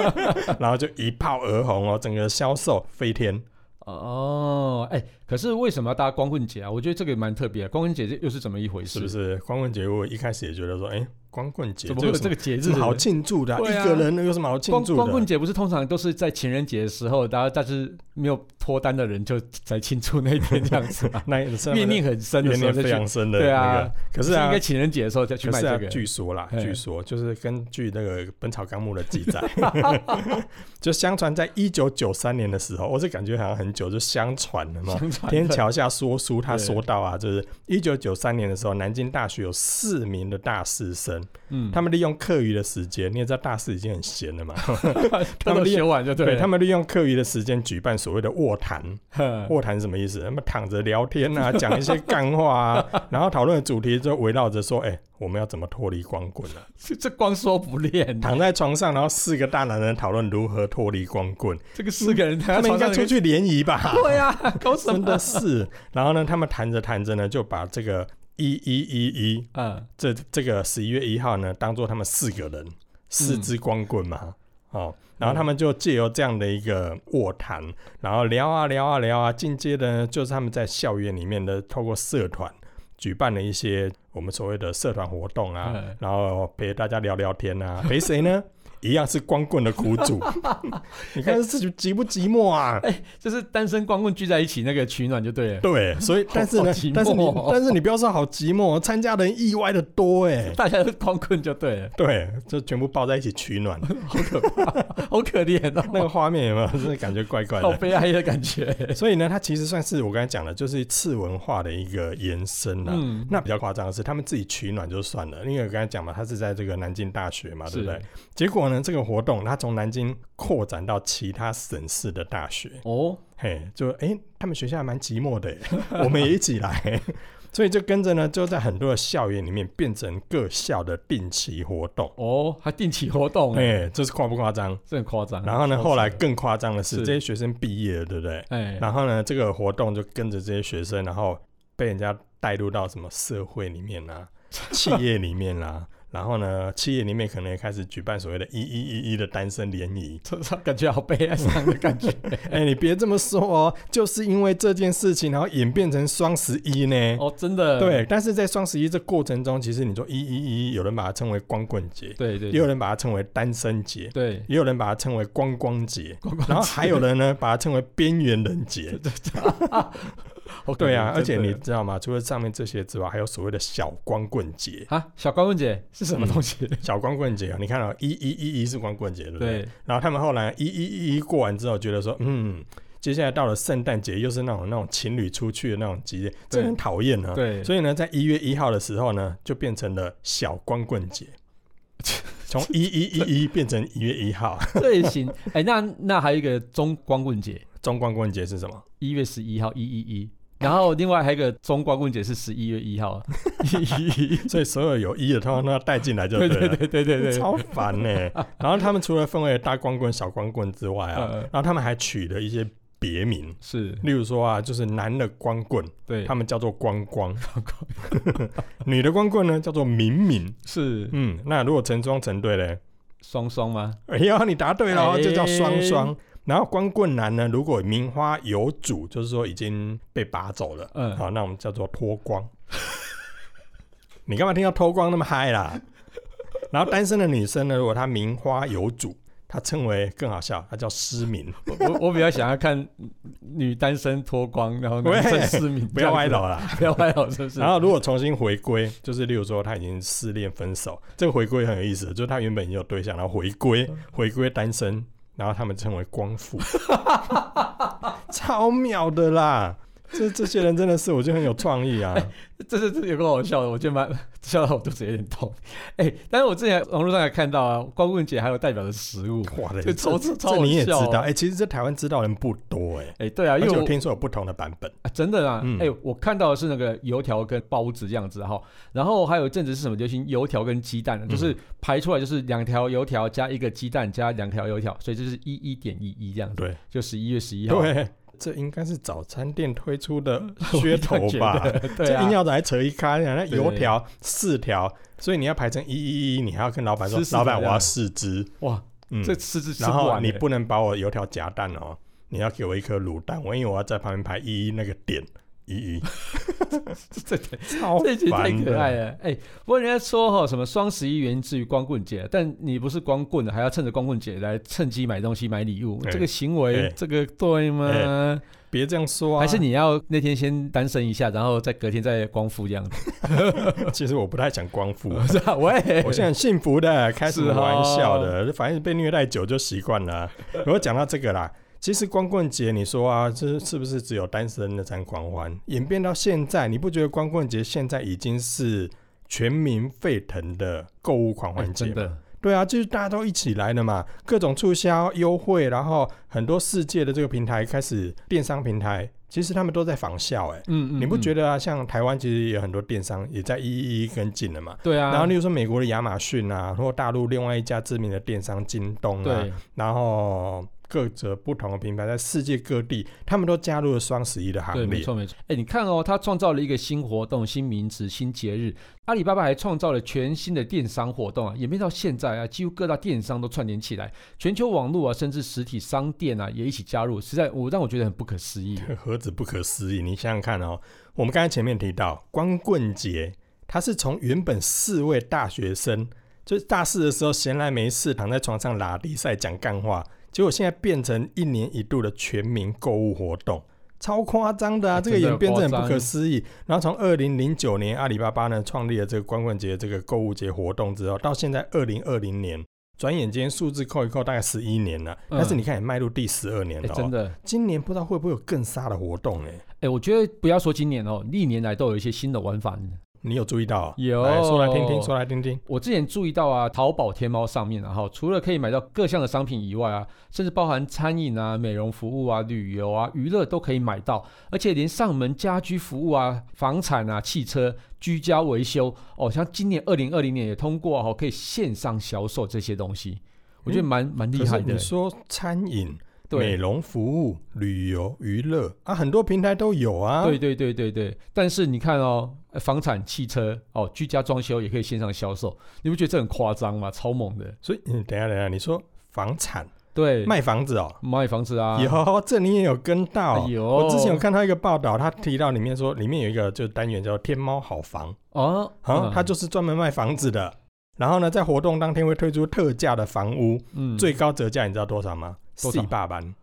[SPEAKER 2] 然后就一炮而红哦，整个销售飞天。
[SPEAKER 1] 哦，哎，可是为什么要搭光棍节啊？我觉得这个蛮特别的，光棍节又是怎么一回事？
[SPEAKER 2] 是不是？光棍节我一开始也觉得说，哎、光棍节
[SPEAKER 1] 怎么会有
[SPEAKER 2] 有
[SPEAKER 1] 这
[SPEAKER 2] 什
[SPEAKER 1] 个节
[SPEAKER 2] 么
[SPEAKER 1] 日
[SPEAKER 2] 这么？好庆祝的啊、
[SPEAKER 1] 对啊
[SPEAKER 2] 一个人有什么好庆
[SPEAKER 1] 光
[SPEAKER 2] 祝的？
[SPEAKER 1] 光棍节不是通常都是在情人节的时候，然后但是没有脱单的人就才庆祝那一天这样
[SPEAKER 2] ，
[SPEAKER 1] 子嘛
[SPEAKER 2] 那也是
[SPEAKER 1] 怨念很深的
[SPEAKER 2] 怨
[SPEAKER 1] 时候再
[SPEAKER 2] 念啊非
[SPEAKER 1] 去。
[SPEAKER 2] 常深的、那
[SPEAKER 1] 对
[SPEAKER 2] 个。
[SPEAKER 1] 啊，
[SPEAKER 2] 可
[SPEAKER 1] 是
[SPEAKER 2] 是啊
[SPEAKER 1] 应该，情人节的时候再去
[SPEAKER 2] 可
[SPEAKER 1] 买
[SPEAKER 2] 是
[SPEAKER 1] 这
[SPEAKER 2] 啊，
[SPEAKER 1] 个。
[SPEAKER 2] 据说啦，
[SPEAKER 1] 嘿
[SPEAKER 2] 据说就是根据那个《本草纲目》的记载， 就相传在一九九三年的时候，我这感觉好像很久，就相传了嘛。
[SPEAKER 1] 相传
[SPEAKER 2] 天
[SPEAKER 1] 的
[SPEAKER 2] 桥下说书，他
[SPEAKER 1] 对
[SPEAKER 2] 说到啊，就是一九九三年的时候，南京大学有四名的大四生，
[SPEAKER 1] 嗯，
[SPEAKER 2] 他们利用课余的时间，你也知道大四已经很闲了嘛，
[SPEAKER 1] 他
[SPEAKER 2] 他
[SPEAKER 1] 们
[SPEAKER 2] 们
[SPEAKER 1] 修完 就对嗯
[SPEAKER 2] 对
[SPEAKER 1] 了，
[SPEAKER 2] 他们利用课余的时间举办所谓的卧谈，
[SPEAKER 1] 哼
[SPEAKER 2] 卧谈是什么意思？他们躺着聊天啊，讲一些干话 啊，然后讨论的主题就围绕着说，哎、我们要怎么脱离光棍啊？
[SPEAKER 1] 这这光说不练，
[SPEAKER 2] 躺在床上，然后四个大男人讨论如何脱离光棍，
[SPEAKER 1] 这个四个人
[SPEAKER 2] 他
[SPEAKER 1] 他
[SPEAKER 2] 们应该出去联 谊吧？
[SPEAKER 1] 对啊，搞 什
[SPEAKER 2] 真
[SPEAKER 1] 么
[SPEAKER 2] 的？是。然后呢，他们谈着谈着呢，就把这个一一一一
[SPEAKER 1] 嗯，
[SPEAKER 2] 这这个十一月一号呢，当做他们四个人四支光棍嘛。
[SPEAKER 1] 嗯
[SPEAKER 2] 哦，然后他们就借由这样的一个卧谈，然后聊啊聊啊聊啊，进阶的呢就是他们在校园里面的透过社团举办了一些我们所谓的社团活动啊，
[SPEAKER 1] 嗯
[SPEAKER 2] 然后陪大家聊聊天啊，陪谁呢？ 一样是光棍的苦 主，你看自己寂不寂寞啊？
[SPEAKER 1] 就是单身光棍聚在一起那个取暖就对了。
[SPEAKER 2] 对，所以但是呢
[SPEAKER 1] 好寂寞，
[SPEAKER 2] 但是你
[SPEAKER 1] 哦
[SPEAKER 2] 但是你不要说好寂寞，参加的人意外的多哎，
[SPEAKER 1] 大家都光棍就对了，
[SPEAKER 2] 对，就全部抱在一起取 暖，
[SPEAKER 1] 好可怜
[SPEAKER 2] 那
[SPEAKER 1] 哦，
[SPEAKER 2] 个画面有没有？真的感觉怪怪
[SPEAKER 1] 好
[SPEAKER 2] 的。
[SPEAKER 1] 悲哀的感觉。
[SPEAKER 2] 所以呢，它其实算是我刚才讲的，就是次文化的一个延伸啦。啊
[SPEAKER 1] 嗯，
[SPEAKER 2] 那比较夸张的是，他们自己取暖就算了，因为我刚才讲嘛，他是在这个南京大学嘛，对不对？结果呢，这个活动它从南京扩展到其他省市的大学，
[SPEAKER 1] 哦，
[SPEAKER 2] 嘿，就哎、诶他们学校还蛮寂寞 的耶，我们也一起来， 所以就跟着呢，就在很多的校园里面变成各校的定期活动，
[SPEAKER 1] 哦，还定期活动，
[SPEAKER 2] 哎、
[SPEAKER 1] 哎，
[SPEAKER 2] 这是夸不夸张？
[SPEAKER 1] 这很夸张。
[SPEAKER 2] 然后呢，
[SPEAKER 1] 超
[SPEAKER 2] 后来
[SPEAKER 1] 扯，
[SPEAKER 2] 更夸张的嗯是，
[SPEAKER 1] 是
[SPEAKER 2] 这些学生毕业了，对不对？
[SPEAKER 1] 哎，。
[SPEAKER 2] 然后呢，这个活动就跟着这些学生，然后被人家带入到什么社会里面 啦、企业里面啦、然后呢，企业里面可能也开始举办所谓的“一一一一”的单身联谊
[SPEAKER 1] 这这感觉好悲哀伤的感觉。
[SPEAKER 2] 哎、你别这么说哦，就是因为这件事情，然后演变成双十一呢。
[SPEAKER 1] 哦，真的，
[SPEAKER 2] 对，但是在双十一这过程中，其实你说“一一一”，有人把它称为光棍节，
[SPEAKER 1] 对对，
[SPEAKER 2] 也有人把它称为单身节，
[SPEAKER 1] 对，
[SPEAKER 2] 也有人把它称为光光节。
[SPEAKER 1] 光棍
[SPEAKER 2] 然后还有人呢，把它称为边缘人 节。
[SPEAKER 1] 好可
[SPEAKER 2] 对啊，
[SPEAKER 1] 怜
[SPEAKER 2] 而且
[SPEAKER 1] 真的
[SPEAKER 2] 你知道吗？除了上面这些之外，还有所谓的小光棍节。
[SPEAKER 1] 啊，小光棍节是
[SPEAKER 2] 嗯
[SPEAKER 1] 什么东西？
[SPEAKER 2] 小光棍节啊，你看到一一一一是光棍节，对不对？
[SPEAKER 1] 对，
[SPEAKER 2] 然后他们后来一一一一过完之后，觉得说，嗯，接下来到了圣诞节，又是那种那种情侣出去的那种节日，这
[SPEAKER 1] 对
[SPEAKER 2] 很讨厌啊。
[SPEAKER 1] 对，
[SPEAKER 2] 所以呢，在一月一号的时候呢，就变成了小光棍节，从一一一一变成一月一号。
[SPEAKER 1] 这也行。哎，那那还有一个中光棍节，
[SPEAKER 2] 中光棍节是什么？
[SPEAKER 1] 一月十一号，一一一。然后另外还有一个中光棍节是十一月一号，一一一。
[SPEAKER 2] 所以所有有一的，通常都要带进来 就
[SPEAKER 1] 对
[SPEAKER 2] 了
[SPEAKER 1] 对。对对对对，
[SPEAKER 2] 超烦呢、 然后他们除了分为大光棍、小光棍之外啊，
[SPEAKER 1] 嗯
[SPEAKER 2] 然后他们还取了一些别名，
[SPEAKER 1] 是，
[SPEAKER 2] 例如说啊，就是男的光棍，
[SPEAKER 1] 对，
[SPEAKER 2] 他们叫做 光光； 女的光棍呢，叫做敏敏。
[SPEAKER 1] 是
[SPEAKER 2] 嗯，那如果成双成对嘞，
[SPEAKER 1] 双双吗？
[SPEAKER 2] 哎呀，你答对了哦，
[SPEAKER 1] 哎
[SPEAKER 2] 就叫双双。然后光棍男呢，如果名花有主，就是说已经被拔走了，
[SPEAKER 1] 嗯，
[SPEAKER 2] 好，那我们叫做脱光。 你干嘛听到偷光那么嗨啦？ 然后单身的女生呢，如果她名花有主，她称为更好笑，她叫失明。
[SPEAKER 1] 我我我比较想要看女单身脱光，然后男生
[SPEAKER 2] 喂
[SPEAKER 1] 失明，
[SPEAKER 2] 不要歪
[SPEAKER 1] 这样
[SPEAKER 2] 倒啦。
[SPEAKER 1] 子，不要歪倒，是不是？
[SPEAKER 2] 然后如果重新回归，就是例如说他已经失恋分手，这个回归很有意思，就是他原本已经有对象，然后回归回归单身，然后他们称为光复， 超妙的啦！这这些人真的是，我觉得很有创意啊。
[SPEAKER 1] 这是这是有个好笑的，我觉得蛮笑到我肚子有点痛。哎、但是我之前网络上还看到啊，光棍节还有代表的食物，
[SPEAKER 2] 哇，
[SPEAKER 1] 这
[SPEAKER 2] 这
[SPEAKER 1] 超这超
[SPEAKER 2] 这
[SPEAKER 1] 好
[SPEAKER 2] 你也知
[SPEAKER 1] 笑
[SPEAKER 2] 道，
[SPEAKER 1] 啊
[SPEAKER 2] 哎、其实这台湾知道的人不多哎、
[SPEAKER 1] 哎、对啊，因
[SPEAKER 2] 而且
[SPEAKER 1] 为
[SPEAKER 2] 我
[SPEAKER 1] 我、
[SPEAKER 2] 听说有不同的版本，
[SPEAKER 1] 啊真的啊，哎、
[SPEAKER 2] 嗯
[SPEAKER 1] 我看到的是那个油条跟包子这样子哈，然后还有一阵子是什么流行油条跟鸡蛋，啊
[SPEAKER 2] 嗯
[SPEAKER 1] 就是排出来就是两条油条加一个鸡蛋加两条油条，所以就是一一点一一这样子，
[SPEAKER 2] 对
[SPEAKER 1] 就十一月十一号，
[SPEAKER 2] 对，这应该是早餐店推出的噱头
[SPEAKER 1] 我觉
[SPEAKER 2] 吧？
[SPEAKER 1] 得，对
[SPEAKER 2] 这硬
[SPEAKER 1] 啊，
[SPEAKER 2] 要来扯一咖，然后
[SPEAKER 1] 对
[SPEAKER 2] 油条四条，所以你要排成一一一，你还要跟老板说
[SPEAKER 1] 吃四，条
[SPEAKER 2] 老板我要四只，
[SPEAKER 1] 哇，
[SPEAKER 2] 嗯，
[SPEAKER 1] 这吃是吃
[SPEAKER 2] 然
[SPEAKER 1] 不
[SPEAKER 2] 后
[SPEAKER 1] 完欸
[SPEAKER 2] 你
[SPEAKER 1] 的、
[SPEAKER 2] 不能把我油条夹蛋哦，你要给我一颗卤蛋，我因为我要在旁边排一一那个点一一，
[SPEAKER 1] 这这
[SPEAKER 2] 超
[SPEAKER 1] 这集太
[SPEAKER 2] 烦
[SPEAKER 1] 可
[SPEAKER 2] 的
[SPEAKER 1] 爱了，哎、不过人家说哈，什么双十一源自于光棍节，啊但你不是光棍的，啊还要趁着光棍节来趁机买东西、买礼物，
[SPEAKER 2] 哎
[SPEAKER 1] 这个行为，
[SPEAKER 2] 哎
[SPEAKER 1] 这个对吗？
[SPEAKER 2] 别这样说啊！
[SPEAKER 1] 还是你要那天先单身一下，然后再隔天再光复这样子？
[SPEAKER 2] 其实我不太想光复，
[SPEAKER 1] 是啊，喂，
[SPEAKER 2] 我现在很幸福的，开什
[SPEAKER 1] 是
[SPEAKER 2] 么
[SPEAKER 1] 哦
[SPEAKER 2] 玩笑的？反正被虐待久就习惯 了。我要讲到这个啦，其实光棍节，你说啊，这是不是只有单身的才狂欢？演变到现在，你不觉得光棍节现在已经是全民沸腾的购物狂
[SPEAKER 1] 哎
[SPEAKER 2] 欢节
[SPEAKER 1] 真
[SPEAKER 2] 吗？
[SPEAKER 1] 的，
[SPEAKER 2] 对啊，就是大家都一起来了嘛，各种促销优惠，然后很多世界的这个平台开始电商平台，其实他们都在仿效、欸。哎、
[SPEAKER 1] 嗯嗯，
[SPEAKER 2] 你不
[SPEAKER 1] 得？
[SPEAKER 2] 觉得啊？像台湾其实也有很多电商也在一一一跟进了嘛。
[SPEAKER 1] 对啊，
[SPEAKER 2] 然后，例如说美国的亚马逊啊，或大陆另外一家知名的电商京东啊，
[SPEAKER 1] 对，
[SPEAKER 2] 然后各则不同的品牌在世界各地，他们都加入了双十一的
[SPEAKER 1] 对，
[SPEAKER 2] 啊行
[SPEAKER 1] 没
[SPEAKER 2] 列。
[SPEAKER 1] 错没错。哎，你看哦，他创造了一个新活动、新名词、新节日。阿里巴巴还创造了全新的电商活动啊，演变到现在啊，几乎各大电商都串联起来，全球网络啊，甚至实体商店啊也一起加入，实在我让我觉得很不可思议。
[SPEAKER 2] 何止不可思议！ 你想想看哦，我们刚才前面提到光棍节，它是从原本四位大学生，就是大四的时候闲来没事躺在床上拉迪赛讲干话，结果现在变成一年一度的全民购物活动。超夸张的啊！
[SPEAKER 1] 哎
[SPEAKER 2] 这个
[SPEAKER 1] 真的
[SPEAKER 2] 演变真的很
[SPEAKER 1] 夸
[SPEAKER 2] 不
[SPEAKER 1] 张
[SPEAKER 2] 可思议。然后从二零零九年阿里巴巴呢创立了这个光棍节这个购物节活动之后，到现在二零二零年，转眼间数字扣一扣大概十一年了。
[SPEAKER 1] 嗯
[SPEAKER 2] 但是你看也迈入第十二年
[SPEAKER 1] 哎，
[SPEAKER 2] 了、哦
[SPEAKER 1] 真的，
[SPEAKER 2] 今年不知道会不会有更杀的活动哎、
[SPEAKER 1] 哎，我觉得不要说今年哦，历年来都有一些新的玩法。
[SPEAKER 2] 你有注意到？
[SPEAKER 1] 有
[SPEAKER 2] 来说来听听，说来听听。
[SPEAKER 1] 我之前注意到啊，淘宝、天猫上面、啊，然后除了可以买到各项的商品以外啊，甚至包含餐饮啊、美容服务啊、旅游啊、娱乐都可以买到，而且连上门家居服务啊、房产啊、汽车、居家维修哦，像今年二零二零年也通过哦，可以线上销售这些东西，我觉得蛮蛮厉
[SPEAKER 2] 嗯可
[SPEAKER 1] 害
[SPEAKER 2] 是
[SPEAKER 1] 的
[SPEAKER 2] 你。说餐饮、美
[SPEAKER 1] 对
[SPEAKER 2] 容服务、旅游、娱乐啊，很多平台都有啊。
[SPEAKER 1] 对，对对对对，但是你看哦，呃房产、汽车哦，居家装修也可以线上销售，你不觉得这很夸张吗？超猛的，
[SPEAKER 2] 所以你等一下等一下，你说房产
[SPEAKER 1] 对，
[SPEAKER 2] 卖房子哦，
[SPEAKER 1] 卖房子啊，哎
[SPEAKER 2] 有这你也有跟到。哦
[SPEAKER 1] 有，
[SPEAKER 2] 啊我之前有看到一个报道，他提到里面说，里面有一个就是单元叫“天猫好房”，
[SPEAKER 1] 哦，
[SPEAKER 2] 啊
[SPEAKER 1] 嗯，
[SPEAKER 2] 它就是专门卖房子的。然后呢，在活动当天会推出特价的房屋，
[SPEAKER 1] 嗯
[SPEAKER 2] 最高折价你知道多少吗？
[SPEAKER 1] 多
[SPEAKER 2] 四
[SPEAKER 1] 少
[SPEAKER 2] 八万。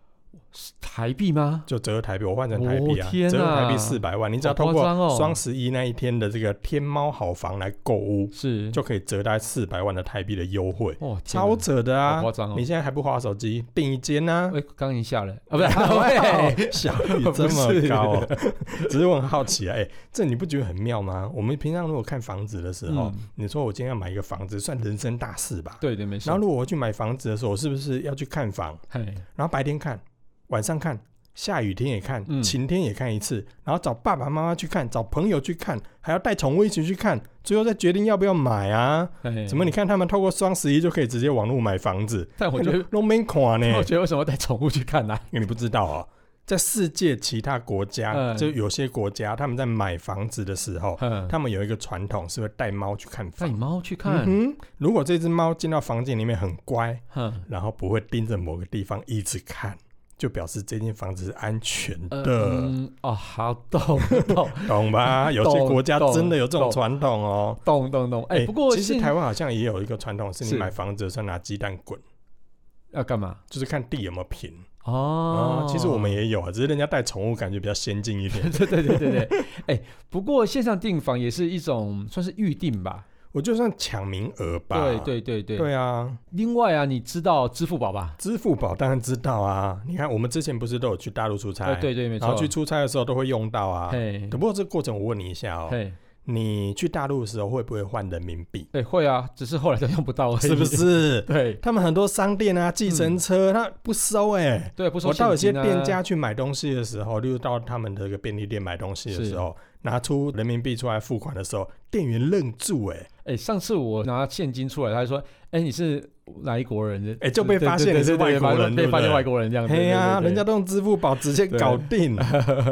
[SPEAKER 1] 台币吗？
[SPEAKER 2] 就折合台币，我换成台币啊，
[SPEAKER 1] 哦天啊
[SPEAKER 2] 折合台币四百万，你只要
[SPEAKER 1] 好
[SPEAKER 2] 通
[SPEAKER 1] 夸
[SPEAKER 2] 过
[SPEAKER 1] 张哦
[SPEAKER 2] 双十一那一天的这个天猫好房来购物，
[SPEAKER 1] 是，
[SPEAKER 2] 就可以折大概四百万的台币的优惠，
[SPEAKER 1] 哦，天
[SPEAKER 2] 超
[SPEAKER 1] 哪
[SPEAKER 2] 扯的
[SPEAKER 1] 好
[SPEAKER 2] 啊
[SPEAKER 1] 夸！张哦
[SPEAKER 2] 你！现在还不花手机订一间呢？
[SPEAKER 1] 哎，刚赢 下了啊，不是
[SPEAKER 2] 哦
[SPEAKER 1] 喂，
[SPEAKER 2] 效率这 么高、哦， 只是我很好奇啊，哎、这你不觉得很妙吗？我们平常如果看房子的时候，
[SPEAKER 1] 嗯
[SPEAKER 2] 你说我今天要买一个房子，算人生大事吧？
[SPEAKER 1] 对的，没事
[SPEAKER 2] 然后。如果我去买房子的时候，我是不是要去看房？
[SPEAKER 1] 嘿，
[SPEAKER 2] 然后白天看，晚上看，下雨天也看，
[SPEAKER 1] 嗯
[SPEAKER 2] 晴天也看一次，然后找爸爸妈妈去看，找朋友去看，还要带宠物一起去看，最后再决定要不要买啊？
[SPEAKER 1] 嘿
[SPEAKER 2] 怎么你？看他们透过双十一就可以直接网络买房子？
[SPEAKER 1] 但 我觉得，
[SPEAKER 2] 都没看呢
[SPEAKER 1] 我，觉得为什么要带宠物去看呢？
[SPEAKER 2] 你不知道啊、在世界其他国家，
[SPEAKER 1] 嗯
[SPEAKER 2] 就有些国家他们在买房子的时候，
[SPEAKER 1] 嗯，
[SPEAKER 2] 他们有一个传统是会带猫去看
[SPEAKER 1] 带
[SPEAKER 2] 房。
[SPEAKER 1] 猫去看，
[SPEAKER 2] 嗯哼，如果这只猫进到房间里面很乖，
[SPEAKER 1] 哼，
[SPEAKER 2] 然后不会盯着某个地方一直看，就表示这间房子是安全
[SPEAKER 1] 呃
[SPEAKER 2] 的，
[SPEAKER 1] 嗯哦，好懂懂
[SPEAKER 2] 懂吧？有些
[SPEAKER 1] 懂
[SPEAKER 2] 国家
[SPEAKER 1] 懂
[SPEAKER 2] 真的有这种
[SPEAKER 1] 懂
[SPEAKER 2] 传统哦。
[SPEAKER 1] 懂懂懂。哎、
[SPEAKER 2] 欸
[SPEAKER 1] 不过
[SPEAKER 2] 其实
[SPEAKER 1] 现
[SPEAKER 2] 台湾好像也有一个传统，是你
[SPEAKER 1] 是
[SPEAKER 2] 买房子的时候拿鸡蛋滚，
[SPEAKER 1] 要啊干嘛？
[SPEAKER 2] 就是看地有没有平
[SPEAKER 1] 哦。
[SPEAKER 2] 啊、，其实我们也有啊，只是人家带宠物感觉比较先进一点
[SPEAKER 1] 对对对对对，哎、不过线上订房也是一种算是预定吧？
[SPEAKER 2] 我就算抢名额吧，
[SPEAKER 1] 对对对对。
[SPEAKER 2] 对啊，
[SPEAKER 1] 另外啊，你知道支付宝吧？
[SPEAKER 2] 支付宝当然知道啊。你看我们之前不是都有去大陆出差，
[SPEAKER 1] 呃，对对，没
[SPEAKER 2] 然
[SPEAKER 1] 错。
[SPEAKER 2] 后去出差的时候都会用到啊。
[SPEAKER 1] 嘿，
[SPEAKER 2] 只不过这过程我问你一下哦、
[SPEAKER 1] 嘿，
[SPEAKER 2] 你去大陆的时候会不会换人民币？
[SPEAKER 1] 对，会啊， 只是后来都用不到而已。
[SPEAKER 2] 是不？是？
[SPEAKER 1] 对
[SPEAKER 2] 他们很多商店啊、计程车，他不收哎、
[SPEAKER 1] 对，不收
[SPEAKER 2] 我
[SPEAKER 1] 现金、啊。
[SPEAKER 2] 到有些店家去买东西的时候，例如到他们的一个便利店买东西的时候，拿出人民币出来付款的时候，店员愣住、欸，哎、
[SPEAKER 1] 哎、上次我拿现金出来，他就说：“哎、你是哪一国人？”
[SPEAKER 2] 哎就被发现你是外国人
[SPEAKER 1] 被
[SPEAKER 2] 对不对
[SPEAKER 1] 发现外国人这样子。
[SPEAKER 2] 嘿呀、
[SPEAKER 1] 啊对对对
[SPEAKER 2] 人家都用支付宝直接搞 定，